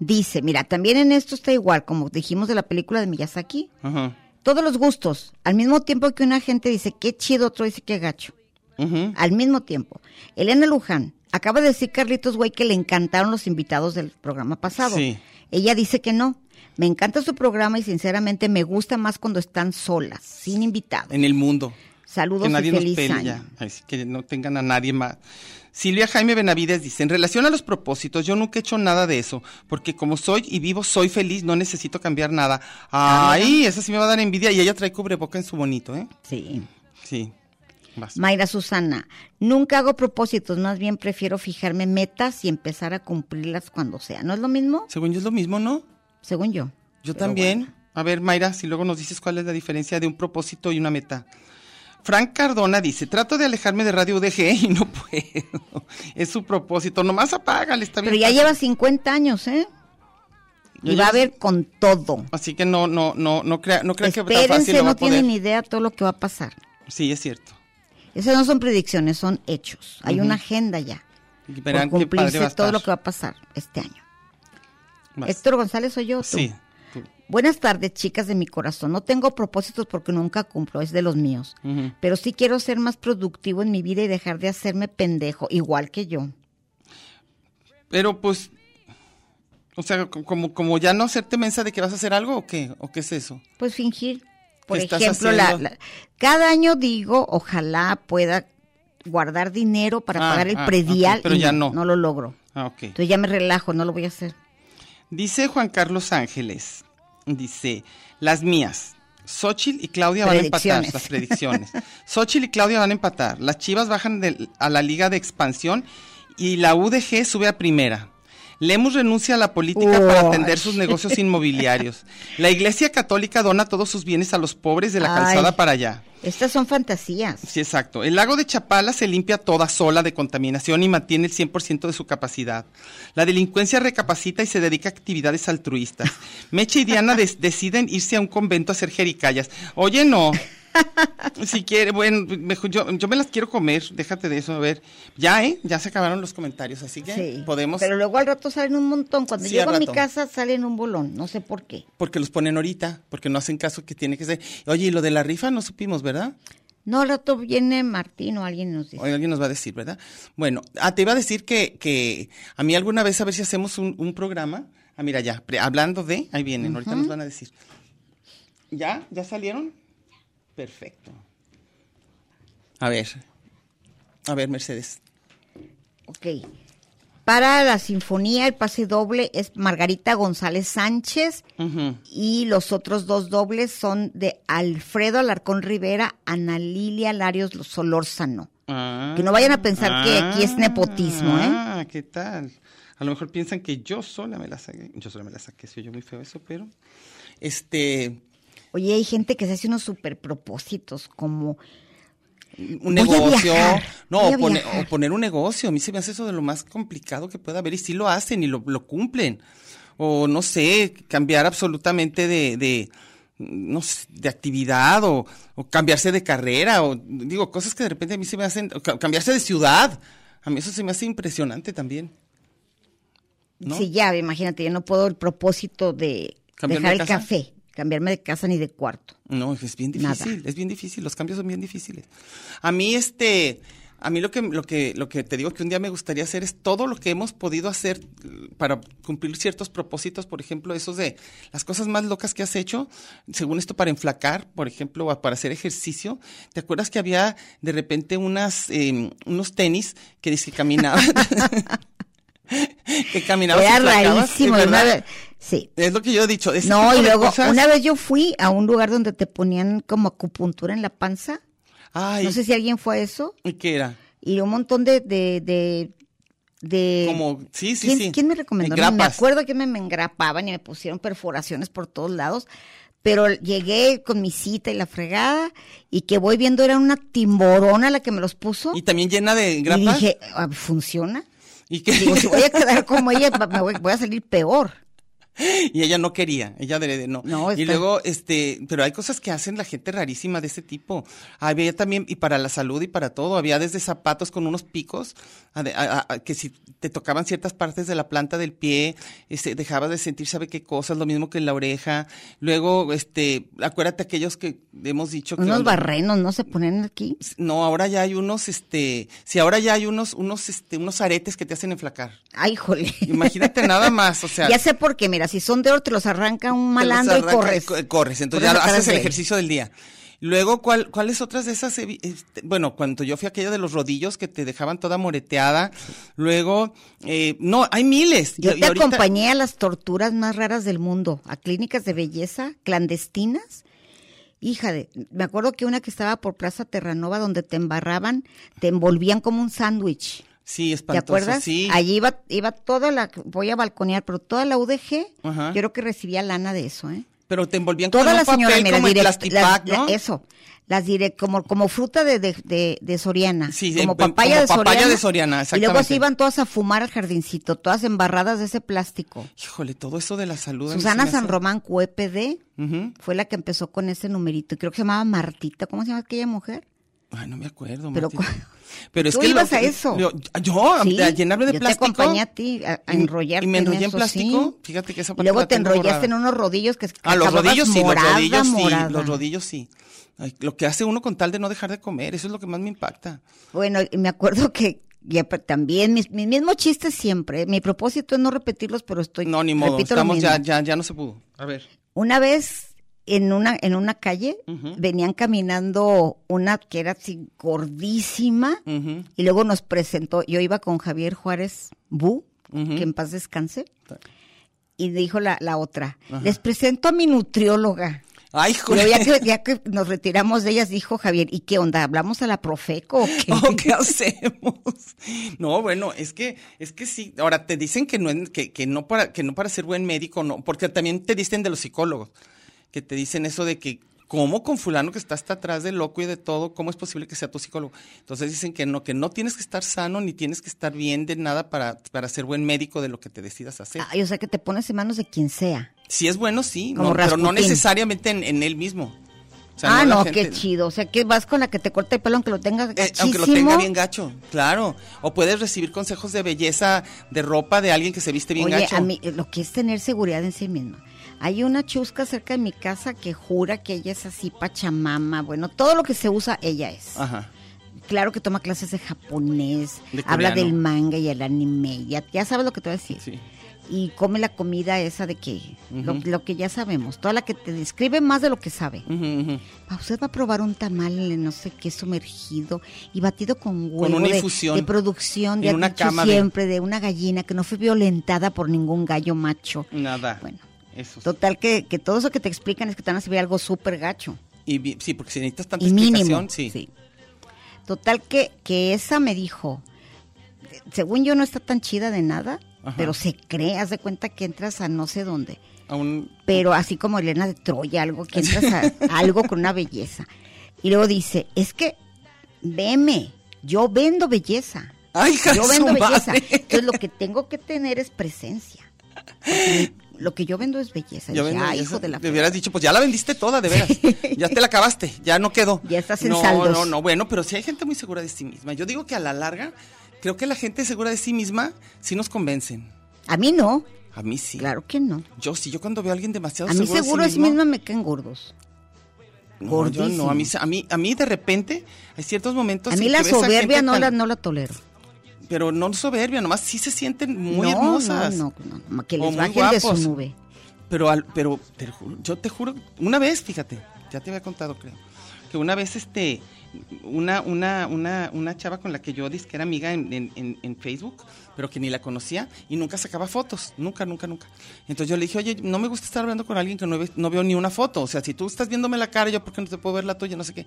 Speaker 1: Dice, mira, también en esto está igual, como dijimos de la película de Miyazaki,
Speaker 3: Ajá.
Speaker 1: todos los gustos, al mismo tiempo que una gente dice qué chido, otro dice qué gacho,
Speaker 3: Ujú.
Speaker 1: al mismo tiempo. Elena Luján, acaba de decir Carlitos Güey que le encantaron los invitados del programa pasado.
Speaker 3: Sí.
Speaker 1: Ella dice que no. Me encanta su programa y sinceramente me gusta más cuando están solas, sin invitados.
Speaker 3: En el mundo.
Speaker 1: Saludos
Speaker 3: que nadie
Speaker 1: y
Speaker 3: nos
Speaker 1: feliz
Speaker 3: pele
Speaker 1: año.
Speaker 3: ya. Ay, sí, que no tengan a nadie más. Silvia Jaime Benavides dice, en relación a los propósitos, yo nunca he hecho nada de eso, porque como soy y vivo, soy feliz, no necesito cambiar nada.
Speaker 1: Ah,
Speaker 3: Ay, eso sí me va a dar envidia. Y ella trae cubreboca en su bonito, ¿eh?
Speaker 1: Sí.
Speaker 3: Sí. Vas.
Speaker 1: Mayra Susana, nunca hago propósitos, más bien prefiero fijarme metas y empezar a cumplirlas cuando sea. ¿No es lo mismo?
Speaker 3: Según yo es lo mismo, ¿no?
Speaker 1: Según yo.
Speaker 3: Yo
Speaker 1: Pero
Speaker 3: también.
Speaker 1: bueno.
Speaker 3: A ver, Mayra, si luego nos dices cuál es la diferencia de un propósito y una meta. Frank Cardona dice, trato de alejarme de Radio UDG [LAUGHS] y no puedo. Es su propósito. Nomás apágale, está bien.
Speaker 1: Pero ya
Speaker 3: fácil.
Speaker 1: lleva 50 años, ¿eh?
Speaker 3: Ya
Speaker 1: Y va
Speaker 3: llevas-
Speaker 1: a ver con todo.
Speaker 3: Así que no, no, no, no crea, no crea que tan
Speaker 1: Espérense,
Speaker 3: fácil lo va
Speaker 1: no
Speaker 3: a poder.
Speaker 1: tienen idea todo lo que va a pasar.
Speaker 3: Sí, es cierto.
Speaker 1: Esas no son predicciones, son hechos. Hay una agenda ya.
Speaker 3: Y
Speaker 1: Para
Speaker 3: Verán qué padre
Speaker 1: cumplirse
Speaker 3: va a
Speaker 1: todo
Speaker 3: estar.
Speaker 1: lo que va a pasar este año.
Speaker 3: Vas.
Speaker 1: Héctor González, soy yo. o tú?
Speaker 3: Sí. tú.
Speaker 1: Buenas tardes, chicas de mi corazón. No tengo propósitos porque nunca cumplo, es de los míos.
Speaker 3: Ujú.
Speaker 1: Pero sí quiero ser más productivo en mi vida y dejar de hacerme pendejo, igual que yo.
Speaker 3: Pero pues, o sea, co- como, como ya no hacerte mensa de que vas a hacer algo o qué, o qué es eso.
Speaker 1: Pues fingir. Por
Speaker 3: ¿Qué estás
Speaker 1: ejemplo, la-
Speaker 3: haciendo?
Speaker 1: la- cada año digo, ojalá pueda guardar dinero para
Speaker 3: Ah,
Speaker 1: pagar el
Speaker 3: ah,
Speaker 1: predial.
Speaker 3: ok, pero
Speaker 1: y
Speaker 3: ya no.
Speaker 1: No lo logro.
Speaker 3: Ah, ok.
Speaker 1: Entonces ya me relajo, no lo voy a hacer.
Speaker 3: Dice Juan Carlos Ángeles, dice, las mías. Xochitl y Claudia van a empatar
Speaker 1: Predicciones.
Speaker 3: las predicciones.
Speaker 1: [LAUGHS]
Speaker 3: Xochitl y Claudia van a empatar. Las Chivas bajan del- a la liga de expansión y la UDG sube a primera. Lemus renuncia a la política para
Speaker 1: Uy.
Speaker 3: atender sus negocios inmobiliarios. La Iglesia Católica dona todos sus bienes a los pobres de la
Speaker 1: Ay.
Speaker 3: calzada para allá.
Speaker 1: Estas son fantasías.
Speaker 3: Sí, exacto. El lago de Chapala se limpia toda sola de contaminación y mantiene el 100% de su capacidad. La delincuencia recapacita y se dedica a actividades altruistas. Meche y Diana des- deciden irse a un convento a hacer jericayas. Oye, no. Si quiere, bueno, mejor yo, yo me las quiero comer, déjate de eso, a ver. Ya, ¿eh? Ya se acabaron los comentarios, así que
Speaker 1: Sí.
Speaker 3: podemos...
Speaker 1: Pero luego al rato salen un montón. Cuando
Speaker 3: Sí,
Speaker 1: llego
Speaker 3: al
Speaker 1: a mi
Speaker 3: rato.
Speaker 1: casa salen un bolón. No sé por qué.
Speaker 3: Porque los ponen ahorita, porque no hacen caso que tiene que ser. Oye, y lo de la rifa no supimos, ¿verdad?
Speaker 1: No, al rato viene Martín o alguien y nos dice.
Speaker 3: Hoy alguien nos va a decir, ¿verdad? Bueno, ah, te iba a decir que, que a mí alguna vez a ver si hacemos un, un programa. Ah, mira, ya, pre- hablando de, ahí vienen, ahorita nos van a decir. ¿Ya? ¿Ya salieron? Perfecto. A ver. A ver, Mercedes.
Speaker 1: Ok. Para la sinfonía, el pase doble es Margarita González Sánchez
Speaker 3: Ujú.
Speaker 1: y los otros dos dobles son de Alfredo Alarcón Rivera, Ana Lilia Larios Solórzano.
Speaker 3: Ah,
Speaker 1: Que no vayan a pensar que aquí es nepotismo, ¿eh?
Speaker 3: Ah, ¿qué tal? A lo mejor piensan que yo sola me la saqué. Yo sola me la saqué, soy yo muy feo eso, pero. Este.
Speaker 1: Oye, hay gente que se hace unos super propósitos, como
Speaker 3: un
Speaker 1: Voy a
Speaker 3: negocio.
Speaker 1: viajar,
Speaker 3: No,
Speaker 1: voy a
Speaker 3: o, pone-
Speaker 1: viajar.
Speaker 3: o poner un negocio. A mí se me hace eso de lo más complicado que pueda haber y sí lo hacen y lo, lo cumplen. O no sé, cambiar absolutamente de, de, no sé, de actividad o, o cambiarse de carrera o digo, cosas que de repente a mí se me hacen, o ca- cambiarse de ciudad. A mí eso se me hace impresionante también. ¿No?
Speaker 1: Sí, ya, imagínate, yo no puedo el propósito de
Speaker 3: ¿Cambiar
Speaker 1: dejar
Speaker 3: de
Speaker 1: el
Speaker 3: casa?
Speaker 1: café. cambiarme de casa ni de cuarto.
Speaker 3: No, es bien
Speaker 1: Nada.
Speaker 3: difícil, es bien difícil, los cambios son bien difíciles. A mí este, a mí lo que lo que lo que te digo que un día me gustaría hacer es todo lo que hemos podido hacer eh, para cumplir ciertos propósitos, por ejemplo, esos de las cosas más locas que has hecho, según esto para enflacar, por ejemplo, o para hacer ejercicio. ¿Te acuerdas que había de repente unas eh, unos tenis que dice que caminaban [LAUGHS] que caminabas y
Speaker 1: Era
Speaker 3: flacabas,
Speaker 1: rarísimo.
Speaker 3: es
Speaker 1: una
Speaker 3: verdad.
Speaker 1: vez- sí.
Speaker 3: Es lo que yo he dicho. ese
Speaker 1: No,
Speaker 3: tipo
Speaker 1: y
Speaker 3: de
Speaker 1: luego,
Speaker 3: cosas-
Speaker 1: una vez yo fui a un lugar donde te ponían como acupuntura en la panza.
Speaker 3: Ay,
Speaker 1: No sé si alguien fue a eso.
Speaker 3: ¿y qué era?
Speaker 1: Y un montón de... de, de, de-
Speaker 3: Como, sí, sí,
Speaker 1: Eh, ¿quién,
Speaker 3: sí.
Speaker 1: quién me recomendó?
Speaker 3: Eh,
Speaker 1: No me
Speaker 3: grapas.
Speaker 1: acuerdo que me, me engrapaban y me pusieron perforaciones por todos lados. Pero llegué con mi cita y la fregada y que voy viendo era una timborona la que me los puso.
Speaker 3: Y también llena de
Speaker 1: Y
Speaker 3: grapas.
Speaker 1: dije, "Ah, ¿funciona?
Speaker 3: ¿Y qué? [LAUGHS]
Speaker 1: Digo, si voy a quedar como ella, me voy, voy a salir peor.
Speaker 3: y ella no quería, ella de, de no.
Speaker 1: No,
Speaker 3: y
Speaker 1: está-
Speaker 3: luego, este, pero hay cosas que hacen la gente rarísima de ese tipo. Había también, y para la salud y para todo, había desde zapatos con unos picos, a de- a- a- a- que si te tocaban ciertas partes de la planta del pie, este, dejabas de sentir, sabe qué cosas, lo mismo que en la oreja. Luego, este, acuérdate aquellos que hemos dicho que...
Speaker 1: Unos
Speaker 3: cuando-
Speaker 1: barrenos, ¿no? Se ponen aquí.
Speaker 3: No, ahora ya hay unos, este, si ahora ya hay unos, unos, este, unos aretes que te hacen enflacar.
Speaker 1: Ay, jole.
Speaker 3: Imagínate nada más,
Speaker 1: [LAUGHS]
Speaker 3: o sea.
Speaker 1: Ya sé por qué, mira, si son de oro te los arranca un
Speaker 3: te los
Speaker 1: malandro
Speaker 3: arranca
Speaker 1: y corres.
Speaker 3: co- Corres, entonces
Speaker 1: Corres
Speaker 3: ya
Speaker 1: atrás
Speaker 3: haces
Speaker 1: de
Speaker 3: el
Speaker 1: él.
Speaker 3: ejercicio del día. Luego, ¿cuál, ¿cuáles otras de esas? he vi- este, bueno, cuando yo fui a aquella de los rodillos que te dejaban toda moreteada. Luego, eh, no, hay miles.
Speaker 1: Yo
Speaker 3: Y- y
Speaker 1: te
Speaker 3: ahorita-
Speaker 1: acompañé a las torturas más raras del mundo, a clínicas de belleza clandestinas. Hija de, me acuerdo que una que estaba por Plaza Terranova donde te embarraban, te envolvían como un sándwich.
Speaker 3: Sí,
Speaker 1: ¿Te
Speaker 3: espantoso.
Speaker 1: acuerdas?
Speaker 3: Sí.
Speaker 1: Allí iba, iba toda la, voy a balconear, pero toda la UDG,
Speaker 3: Ajá.
Speaker 1: yo creo que recibía lana de eso, ¿eh?
Speaker 3: Pero te envolvían
Speaker 1: Toda
Speaker 3: con
Speaker 1: la
Speaker 3: un papel
Speaker 1: señora, mira,
Speaker 3: como el
Speaker 1: direct-
Speaker 3: plastipac,
Speaker 1: la- la-
Speaker 3: ¿no?
Speaker 1: eso, las direct, como, como fruta de, de, de- de Soriana,
Speaker 3: Sí,
Speaker 1: como
Speaker 3: em- em-
Speaker 1: papaya,
Speaker 3: como
Speaker 1: de,
Speaker 3: papaya
Speaker 1: Soriana,
Speaker 3: de Soriana,
Speaker 1: Y luego
Speaker 3: exactamente.
Speaker 1: se iban todas a fumar al jardincito, todas embarradas de ese plástico.
Speaker 3: Híjole, todo eso de la salud. a mí
Speaker 1: Susana
Speaker 3: se me hace-
Speaker 1: San Román, QPD,
Speaker 3: Ujú.
Speaker 1: fue la que empezó con ese numerito, y creo que se llamaba Martita, ¿cómo se llama aquella mujer?
Speaker 3: Ay, no me acuerdo.
Speaker 1: Pero
Speaker 3: Martita.
Speaker 1: cu-
Speaker 3: Pero es
Speaker 1: tú
Speaker 3: que
Speaker 1: ibas
Speaker 3: lo-
Speaker 1: a eso.
Speaker 3: Yo, yo, a-
Speaker 1: Sí,
Speaker 3: a llenarme de
Speaker 1: yo
Speaker 3: plástico.
Speaker 1: te acompañé a ti a, a
Speaker 3: y-
Speaker 1: enrollarte
Speaker 3: Y me enrollé en,
Speaker 1: eso,
Speaker 3: plástico.
Speaker 1: sí.
Speaker 3: Fíjate que esa
Speaker 1: Y
Speaker 3: parte
Speaker 1: luego
Speaker 3: la
Speaker 1: te
Speaker 3: tengo
Speaker 1: enrollaste
Speaker 3: borrada.
Speaker 1: en unos rodillos que
Speaker 3: Ah, los
Speaker 1: acababas
Speaker 3: rodillos sí,
Speaker 1: morada,
Speaker 3: los rodillos
Speaker 1: morada.
Speaker 3: sí, los rodillos sí. Ay, lo que hace uno con tal de no dejar de comer, eso es lo que más me impacta.
Speaker 1: Bueno, y me acuerdo que ya, pero también mis, mis mismos chistes siempre. Mi propósito es no repetirlos, pero estoy.
Speaker 3: No, ni modo,
Speaker 1: Pues, repito lo
Speaker 3: estamos
Speaker 1: mismo.
Speaker 3: ya, ya, ya no se pudo. A ver.
Speaker 1: Una vez en una en una calle
Speaker 3: Ujú.
Speaker 1: venían caminando una que era así gordísima
Speaker 3: Ujú.
Speaker 1: y luego nos presentó. Yo iba con Javier Juárez Bu,
Speaker 3: Ujú.
Speaker 1: que en paz descanse. Y dijo la, la otra, les presento a mi nutrióloga.
Speaker 3: Ay,
Speaker 1: Y
Speaker 3: joder.
Speaker 1: luego ya que, ya que nos retiramos de ellas, dijo Javier, ¿y qué onda? ¿Hablamos a la Profeco [LAUGHS] o qué?
Speaker 3: Oh, ¿Qué hacemos? No, bueno, es que, es que sí. Ahora te dicen que no, es- que, que no para, que no para ser buen médico, no, porque también te dicen de los psicólogos, que te dicen eso de que cómo con fulano que está hasta atrás de loco y de todo, cómo es posible que sea tu psicólogo. Entonces dicen que no, que no tienes que estar sano ni tienes que estar bien de nada para, para ser buen médico de lo que te decidas hacer.
Speaker 1: Ay, Ah, o sea que te pones en manos de quien sea.
Speaker 3: Si es bueno, sí,
Speaker 1: Como
Speaker 3: no, pero no
Speaker 1: Rasputín.
Speaker 3: necesariamente en, en él mismo. O sea,
Speaker 1: ah,
Speaker 3: la
Speaker 1: no,
Speaker 3: gente-
Speaker 1: qué chido. O sea, que vas con la que te corta el pelo aunque lo tengas
Speaker 3: Eh, aunque lo
Speaker 1: gachísimo.
Speaker 3: tenga bien gacho, claro. O puedes recibir consejos de belleza, de ropa de alguien que se viste bien
Speaker 1: Oye,
Speaker 3: gacho.
Speaker 1: a mí eh, lo que es tener seguridad en sí misma. Hay una chusca cerca de mi casa que jura que ella es así pachamama. Bueno, todo lo que se usa, ella es.
Speaker 3: Ajá.
Speaker 1: Claro que toma clases de japonés,
Speaker 3: De
Speaker 1: habla
Speaker 3: coreano.
Speaker 1: del manga y el anime. Ya, ya sabes lo que te voy a decir.
Speaker 3: Sí.
Speaker 1: Y come la comida esa de que, lo-
Speaker 3: Ujú.
Speaker 1: lo, que ya sabemos. Toda la que te describe más de lo que sabe.
Speaker 3: Ujú, ujú.
Speaker 1: Ah, Usted va a probar un tamal, no sé qué, sumergido y batido con huevo.
Speaker 3: una
Speaker 1: de-
Speaker 3: infusión.
Speaker 1: De, producción, de
Speaker 3: En una
Speaker 1: dicho
Speaker 3: cama de-
Speaker 1: siempre, de... una gallina que no fue violentada por ningún gallo macho.
Speaker 3: Nada.
Speaker 1: Bueno,
Speaker 3: Eso. sí.
Speaker 1: total que, que todo eso que te explican es que te van a servir algo súper gacho
Speaker 3: Y vi- sí, porque si necesitas tanta
Speaker 1: y mínimo.
Speaker 3: explicación, sí.
Speaker 1: Total que, que esa me dijo, según yo no está tan chida de nada,
Speaker 3: Ajá.
Speaker 1: pero se cree, haz de cuenta que entras a no sé dónde
Speaker 3: Aún-
Speaker 1: pero así como Elena de Troya, algo que entras
Speaker 3: [LAUGHS]
Speaker 1: a- a algo con una belleza. Y luego dice, es que veme, yo vendo belleza.
Speaker 3: Ay, hija de
Speaker 1: Yo
Speaker 3: su
Speaker 1: vendo belleza.
Speaker 3: madre.
Speaker 1: Entonces lo que tengo que tener es presencia. Porque Lo que yo vendo es belleza.
Speaker 3: Ya
Speaker 1: Dije,
Speaker 3: ven,
Speaker 1: ah,
Speaker 3: ya
Speaker 1: hijo
Speaker 3: se-
Speaker 1: de la
Speaker 3: Le hubieras dicho, pues ya la vendiste toda, de
Speaker 1: [LAUGHS]
Speaker 3: veras. ya te la acabaste, ya no quedó.
Speaker 1: Ya estás en
Speaker 3: no,
Speaker 1: saldos.
Speaker 3: No, no, bueno, pero sí hay gente muy segura de sí misma. Yo digo que a la larga, creo que la gente segura de sí misma sí nos convencen.
Speaker 1: A mí no.
Speaker 3: A mí sí.
Speaker 1: Claro que no.
Speaker 3: Yo sí, yo cuando veo a alguien demasiado
Speaker 1: A mí
Speaker 3: seguro de sí
Speaker 1: seguro es
Speaker 3: mismo-
Speaker 1: misma me caen gordos.
Speaker 3: No, yo no, a mí,
Speaker 1: Gordísimos.
Speaker 3: a mí, a mí de repente hay ciertos momentos.
Speaker 1: a mí
Speaker 3: en
Speaker 1: la
Speaker 3: que ves gente
Speaker 1: soberbia no
Speaker 3: tan-
Speaker 1: la, no la tolero.
Speaker 3: Pero no soberbia, nomás sí se sienten
Speaker 1: no,
Speaker 3: muy hermosas.
Speaker 1: No, no, no, que
Speaker 3: O
Speaker 1: les
Speaker 3: muy
Speaker 1: bajen de su
Speaker 3: guapos.
Speaker 1: nube.
Speaker 3: Pero, al- pero te ju- yo te juro, una vez, fíjate, ya te había contado, creo, que una vez, este, una, una, una, una chava con la que yo dije que era amiga en, en- en- en Facebook, pero que ni la conocía y nunca sacaba fotos, nunca, nunca, nunca. Entonces yo le dije, oye, no me gusta estar hablando con alguien que no, ve- no veo ni una foto, o sea, si tú estás viéndome la cara, yo, ¿por qué no te puedo ver la tuya? No sé qué.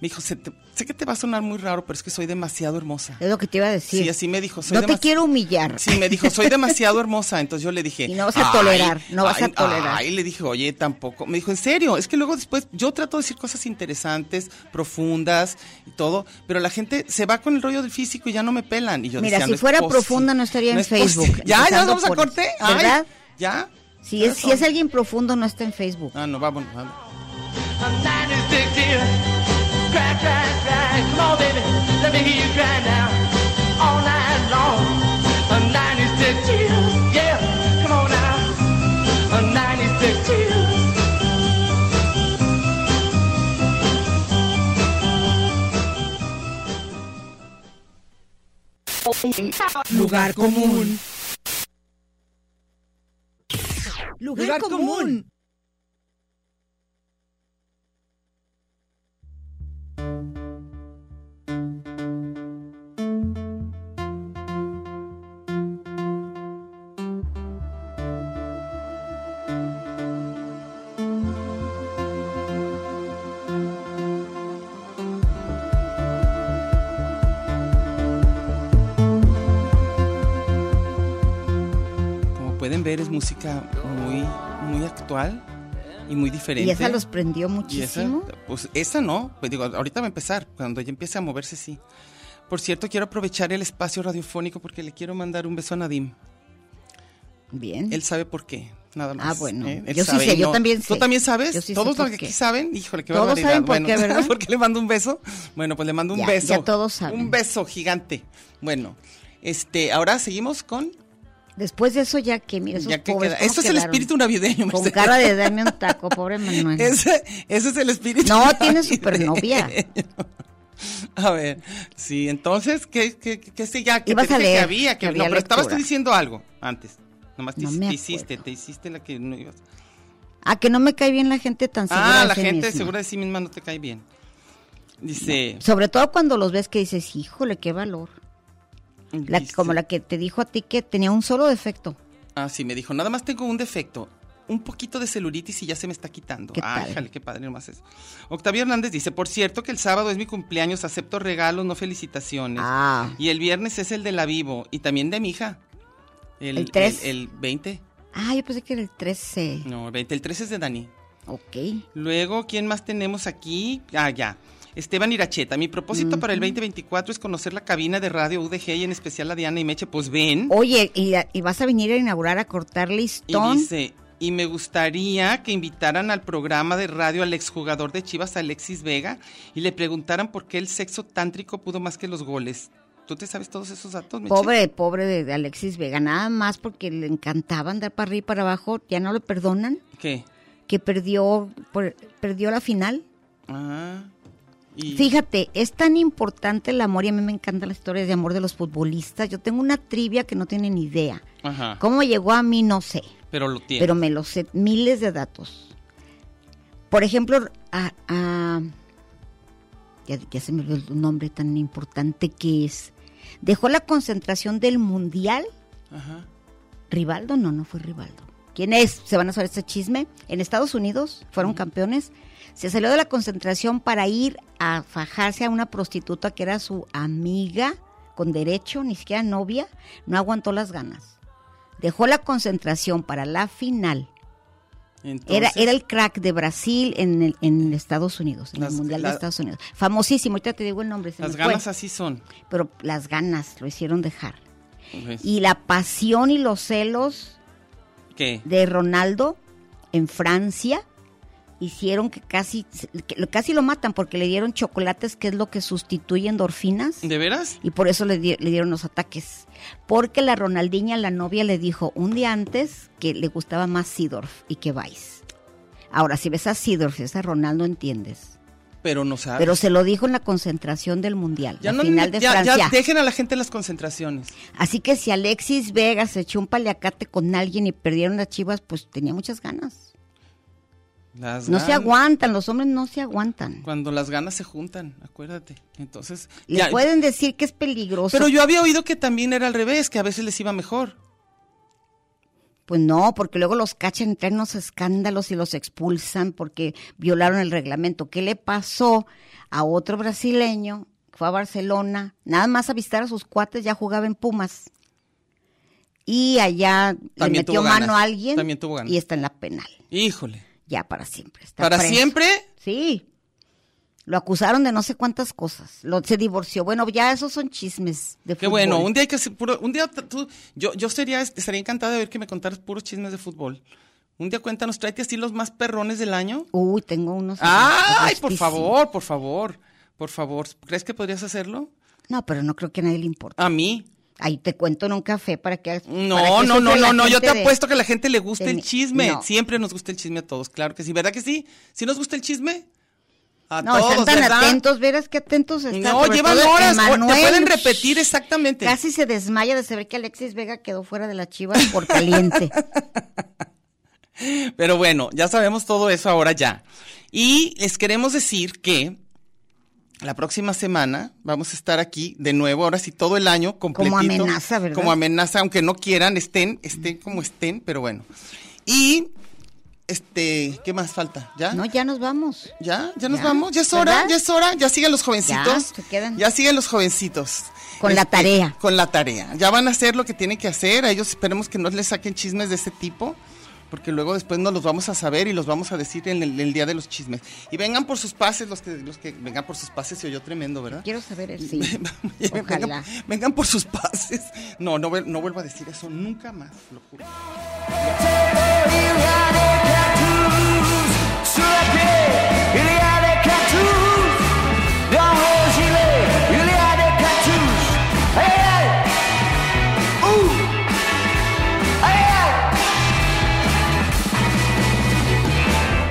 Speaker 3: Me dijo, "Se te- sé que te va a sonar muy raro, pero es que soy demasiado hermosa.
Speaker 1: Es lo que te iba a decir.
Speaker 3: Sí, así me dijo. Soy
Speaker 1: no te
Speaker 3: demasi-
Speaker 1: quiero humillar.
Speaker 3: Sí, me dijo, soy demasiado hermosa. Entonces yo le dije.
Speaker 1: Y no vas a
Speaker 3: "Ay,
Speaker 1: tolerar, no vas a
Speaker 3: ay,
Speaker 1: tolerar".
Speaker 3: Ay, le dije, oye, tampoco. Me dijo, en serio, es que luego después yo trato de decir cosas interesantes, profundas y todo, pero la gente se va con el rollo del físico y ya no me pelan. Y yo
Speaker 1: Mira,
Speaker 3: decía,
Speaker 1: si
Speaker 3: "No es
Speaker 1: fuera
Speaker 3: posible,
Speaker 1: profunda no estaría en
Speaker 3: es
Speaker 1: Facebook,
Speaker 3: posible". Ya, ya nos
Speaker 1: empezando
Speaker 3: vamos a
Speaker 1: por-
Speaker 3: corte. Ay,
Speaker 1: ¿verdad?
Speaker 3: Ya.
Speaker 1: Si es,
Speaker 3: Eso.
Speaker 1: si es alguien profundo, no está en Facebook.
Speaker 3: Ah, no, vámonos. vámonos.
Speaker 7: I'm 96 years. Cry, cry, cry. Come on, baby. Let me hear you cry now. All night long. I'm 96 years. Yeah. Come on now. I'm 96 years.
Speaker 4: Lugar común.
Speaker 5: Lugar, común.
Speaker 3: Como pueden ver, es música muy, muy actual y muy diferente.
Speaker 1: Y esa los prendió
Speaker 3: Y esa,
Speaker 1: muchísimo.
Speaker 3: pues esa no, pues digo, ahorita va a empezar, cuando ya empiece a moverse sí. Por cierto, quiero aprovechar el espacio radiofónico porque le quiero mandar un beso a Nadim.
Speaker 1: Bien.
Speaker 3: Él sabe por qué, nada más.
Speaker 1: Mm.
Speaker 3: Eh,
Speaker 1: Ah, bueno.
Speaker 3: Él
Speaker 1: Yo sí sé, yo también
Speaker 3: ¿Tú
Speaker 1: sé.
Speaker 3: también sabes?
Speaker 1: Yo sí sé
Speaker 3: todos
Speaker 1: por
Speaker 3: los que
Speaker 1: qué.
Speaker 3: aquí saben, híjole, qué
Speaker 1: Todos
Speaker 3: barbaridad.
Speaker 1: saben por
Speaker 3: bueno,
Speaker 1: qué, ¿verdad?
Speaker 3: [LAUGHS] ¿Por qué le mando un beso? Bueno, pues le mando un
Speaker 1: Ya,
Speaker 3: beso.
Speaker 1: ya todos saben.
Speaker 3: Un beso gigante. Bueno, este, ahora seguimos con...
Speaker 1: Después de eso ya que, mira, esos
Speaker 3: ya que
Speaker 1: pobres
Speaker 3: queda-
Speaker 1: cómo
Speaker 3: Esto es el
Speaker 1: quedaron.
Speaker 3: espíritu [LAUGHS] navideño,
Speaker 1: Con
Speaker 3: Mercedes.
Speaker 1: cara de darme un taco, pobre Manuel.
Speaker 3: Ese, ese es el espíritu. [LAUGHS]
Speaker 1: No, tiene
Speaker 3: navideño. [LAUGHS]
Speaker 1: supernovia.
Speaker 3: A ver, sí, entonces, ¿qué, qué, qué, qué sé ya? Que
Speaker 1: Ibas
Speaker 3: te
Speaker 1: a
Speaker 3: dije
Speaker 1: leer,
Speaker 3: que había, que,
Speaker 1: que
Speaker 3: no,
Speaker 1: había
Speaker 3: pero estabas
Speaker 1: lectura.
Speaker 3: tú diciendo algo antes. Nomás te,
Speaker 1: No
Speaker 3: hici-
Speaker 1: me
Speaker 3: te hiciste,
Speaker 1: acuerdo.
Speaker 3: te hiciste la que no ibas.
Speaker 1: A que no me cae bien la gente tan segura
Speaker 3: Ah,
Speaker 1: de
Speaker 3: la
Speaker 1: sí
Speaker 3: gente
Speaker 1: misma.
Speaker 3: segura de sí misma no te cae bien. Dice,
Speaker 1: Sobre todo cuando los ves que dices, híjole, qué valor. La-
Speaker 3: dice-
Speaker 1: como la que te dijo a ti que tenía un solo defecto.
Speaker 3: Ah, sí, me dijo, nada más tengo un defecto. Un poquito de celulitis y ya se me está quitando.
Speaker 1: Qué
Speaker 3: Ah,
Speaker 1: padre.
Speaker 3: jale, qué padre nomás es. Octavio Hernández dice, por cierto que el sábado es mi cumpleaños, acepto regalos, no felicitaciones.
Speaker 1: Ah,
Speaker 3: Y el viernes es el de la vivo y también de mi hija. El,
Speaker 1: ¿El tres?
Speaker 3: El, el 20.
Speaker 1: ah, yo pensé que era el 13.
Speaker 3: No, el 20. El 3 es de Dani.
Speaker 1: Ok.
Speaker 3: Luego, ¿quién más tenemos aquí? Ah, ya. Esteban Iracheta. Mi propósito para el 2024 es conocer la cabina de radio UDG y en especial la de Ana y Meche. Pues ven.
Speaker 1: Oye, y, y vas a venir a inaugurar a cortar
Speaker 3: Y
Speaker 1: listón.
Speaker 3: dice, y me gustaría que invitaran al programa de radio al exjugador de Chivas, Alexis Vega, y le preguntaran por qué el sexo tántrico pudo más que los goles. ¿Tú te sabes todos esos datos, Meche?
Speaker 1: Pobre, pobre de, de Alexis Vega, nada más porque le encantaba andar para arriba y para abajo, ya no le perdonan,
Speaker 3: ¿Qué?
Speaker 1: que perdió, por- perdió la final.
Speaker 3: Ah. Y...
Speaker 1: Fíjate, es tan importante el amor y a mí me encantan las historias de amor de los futbolistas. Yo tengo una trivia que no tienen idea.
Speaker 3: Ajá.
Speaker 1: ¿Cómo llegó a mí? No sé,
Speaker 3: Pero lo tiene.
Speaker 1: pero me lo sé, miles de datos. Por ejemplo, a- a- ya, ya se me olvidó el nombre tan importante que es. Dejó la concentración del Mundial
Speaker 3: Ajá.
Speaker 1: Rivaldo, no, no fue Rivaldo. ¿Quién es? Se van a saber este chisme. En Estados Unidos fueron campeones. Se salió de la concentración para ir a fajarse a una prostituta que era su amiga con derecho, ni siquiera novia. No aguantó las ganas. Dejó la concentración para la final. Era,
Speaker 3: Entonces,
Speaker 1: era el crack de Brasil en, el- en Estados Unidos, en
Speaker 3: Las-
Speaker 1: el Mundial
Speaker 3: la-
Speaker 1: de Estados Unidos. Famosísimo, ahorita te digo el nombre. se
Speaker 3: Las
Speaker 1: me fue.
Speaker 3: ganas así son.
Speaker 1: Pero las ganas lo hicieron dejar.
Speaker 3: Pues,
Speaker 1: Y la pasión y los celos
Speaker 3: ¿Qué?
Speaker 1: de Ronaldo en Francia hicieron que casi, que lo- casi lo matan porque le dieron chocolates, que es lo que sustituye endorfinas.
Speaker 3: ¿De veras?
Speaker 1: Y por eso le, di- le dieron los ataques. Porque la Ronaldinha, la novia, le dijo un día antes que le gustaba más Sidorf y que Vice. Ahora, si ves a Sidorf y ves a Ronaldo, entiendes.
Speaker 3: Pero no sabe.
Speaker 1: Pero se lo dijo en la concentración del Mundial,
Speaker 3: Ah, ya
Speaker 1: la
Speaker 3: no
Speaker 1: final de
Speaker 3: ya, ya
Speaker 1: Francia.
Speaker 3: dejen a la gente en las concentraciones.
Speaker 1: Así que si Alexis Vega se echó un paliacate con alguien y perdieron las chivas, pues tenía muchas ganas.
Speaker 3: Las
Speaker 1: No se
Speaker 3: ganas-
Speaker 1: aguantan, los hombres no se aguantan.
Speaker 3: Cuando las ganas se juntan, acuérdate. Entonces,
Speaker 1: Le
Speaker 3: ya-
Speaker 1: pueden decir que es peligroso.
Speaker 3: pero yo había oído que también era al revés, que a veces les iba mejor.
Speaker 1: Pues no, porque luego los cachan y traen unos escándalos y los expulsan porque violaron el reglamento. ¿Qué le pasó a otro brasileño? que Fue a Barcelona, nada más a visitar a sus cuates, ya jugaba en Pumas. Y allá le
Speaker 3: También
Speaker 1: metió
Speaker 3: tuvo ganas,
Speaker 1: mano a alguien
Speaker 3: también tuvo ganas.
Speaker 1: y está en la penal,
Speaker 3: Híjole.
Speaker 1: ya para siempre. está
Speaker 3: ¿Para
Speaker 1: preso.
Speaker 3: siempre?
Speaker 1: Sí. Lo acusaron de no sé cuántas cosas. Lo, se divorció. Bueno, ya esos son chismes de
Speaker 3: Qué
Speaker 1: fútbol.
Speaker 3: bueno. Un día hay que hacer puro, un día t- tú, yo, yo sería, estaría encantada de ver que me contaras puros chismes de fútbol. Un día cuéntanos, tráete así los más perrones del año.
Speaker 1: Uy, tengo unos.
Speaker 3: Ay, por
Speaker 1: Justísimo.
Speaker 3: favor, por favor, por favor. ¿Crees que podrías hacerlo?
Speaker 1: No, pero no creo que a nadie le importe.
Speaker 3: A mí.
Speaker 1: Ahí te cuento en un café para que hagas- para
Speaker 3: No,
Speaker 1: que
Speaker 3: no, no,
Speaker 1: sufra la
Speaker 3: no, no, yo
Speaker 1: gente
Speaker 3: te
Speaker 1: de-
Speaker 3: apuesto que a la gente le gusta
Speaker 1: de
Speaker 3: el
Speaker 1: mi-
Speaker 3: chisme.
Speaker 1: no.
Speaker 3: Siempre nos gusta el chisme a todos, claro que sí, ¿verdad que sí? ¿Sí nos gusta el chisme? A
Speaker 1: No,
Speaker 3: todos,
Speaker 1: están tan
Speaker 3: ¿verdad?
Speaker 1: atentos, verás que atentos están.
Speaker 3: No,
Speaker 1: sobre
Speaker 3: llevan
Speaker 1: todo el
Speaker 3: horas, o-
Speaker 1: Manuel,
Speaker 3: te pueden repetir este. exactamente.
Speaker 1: Casi se desmaya de saber que Alexis Vega quedó fuera de la chiva por caliente.
Speaker 3: Pero bueno, ya sabemos todo eso ahora ya. Y les queremos decir que la próxima semana vamos a estar aquí de nuevo, ahora sí, todo el año completito.
Speaker 1: amenaza, ¿verdad?
Speaker 3: Como amenaza, aunque no quieran, estén, estén como estén, pero bueno. Y, este, ¿qué más falta? ¿Ya?
Speaker 1: no, ya nos vamos.
Speaker 3: ¿Ya? ¿Ya nos
Speaker 1: Ya,
Speaker 3: vamos? ¿Ya es hora?
Speaker 1: ¿verdad?
Speaker 3: ¿Ya es hora? ¿Ya siguen los jovencitos?
Speaker 1: Ya, se quedan.
Speaker 3: Ya siguen los jovencitos. Este,
Speaker 1: Con la tarea.
Speaker 3: Con la tarea. Ya van a hacer lo que tienen que hacer. A ellos esperemos que no les saquen chismes de ese tipo, porque luego después nos los vamos a saber y los vamos a decir en el, el día de los chismes. Y vengan por sus pases, los que, los que vengan por sus pases se oyó tremendo, ¿verdad? [LAUGHS]
Speaker 1: Quiero saber el sí. Ojalá.
Speaker 3: vengan, vengan por sus pases. No, no, vuel- no vuelvo a decir eso nunca más, lo juro.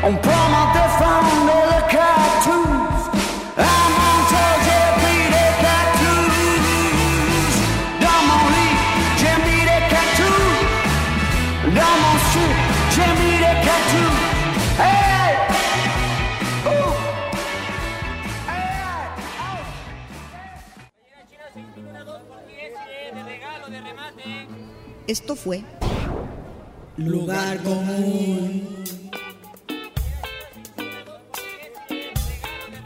Speaker 6: On promenade des femmes dans le cartouche. À mon tour, j'ai pris des cartouches. Dans mon lit, j'ai mis des cartouches. Dans mon sou, j'ai mis des cartouches. Hey! Ouh! Hey!
Speaker 5: Esto fue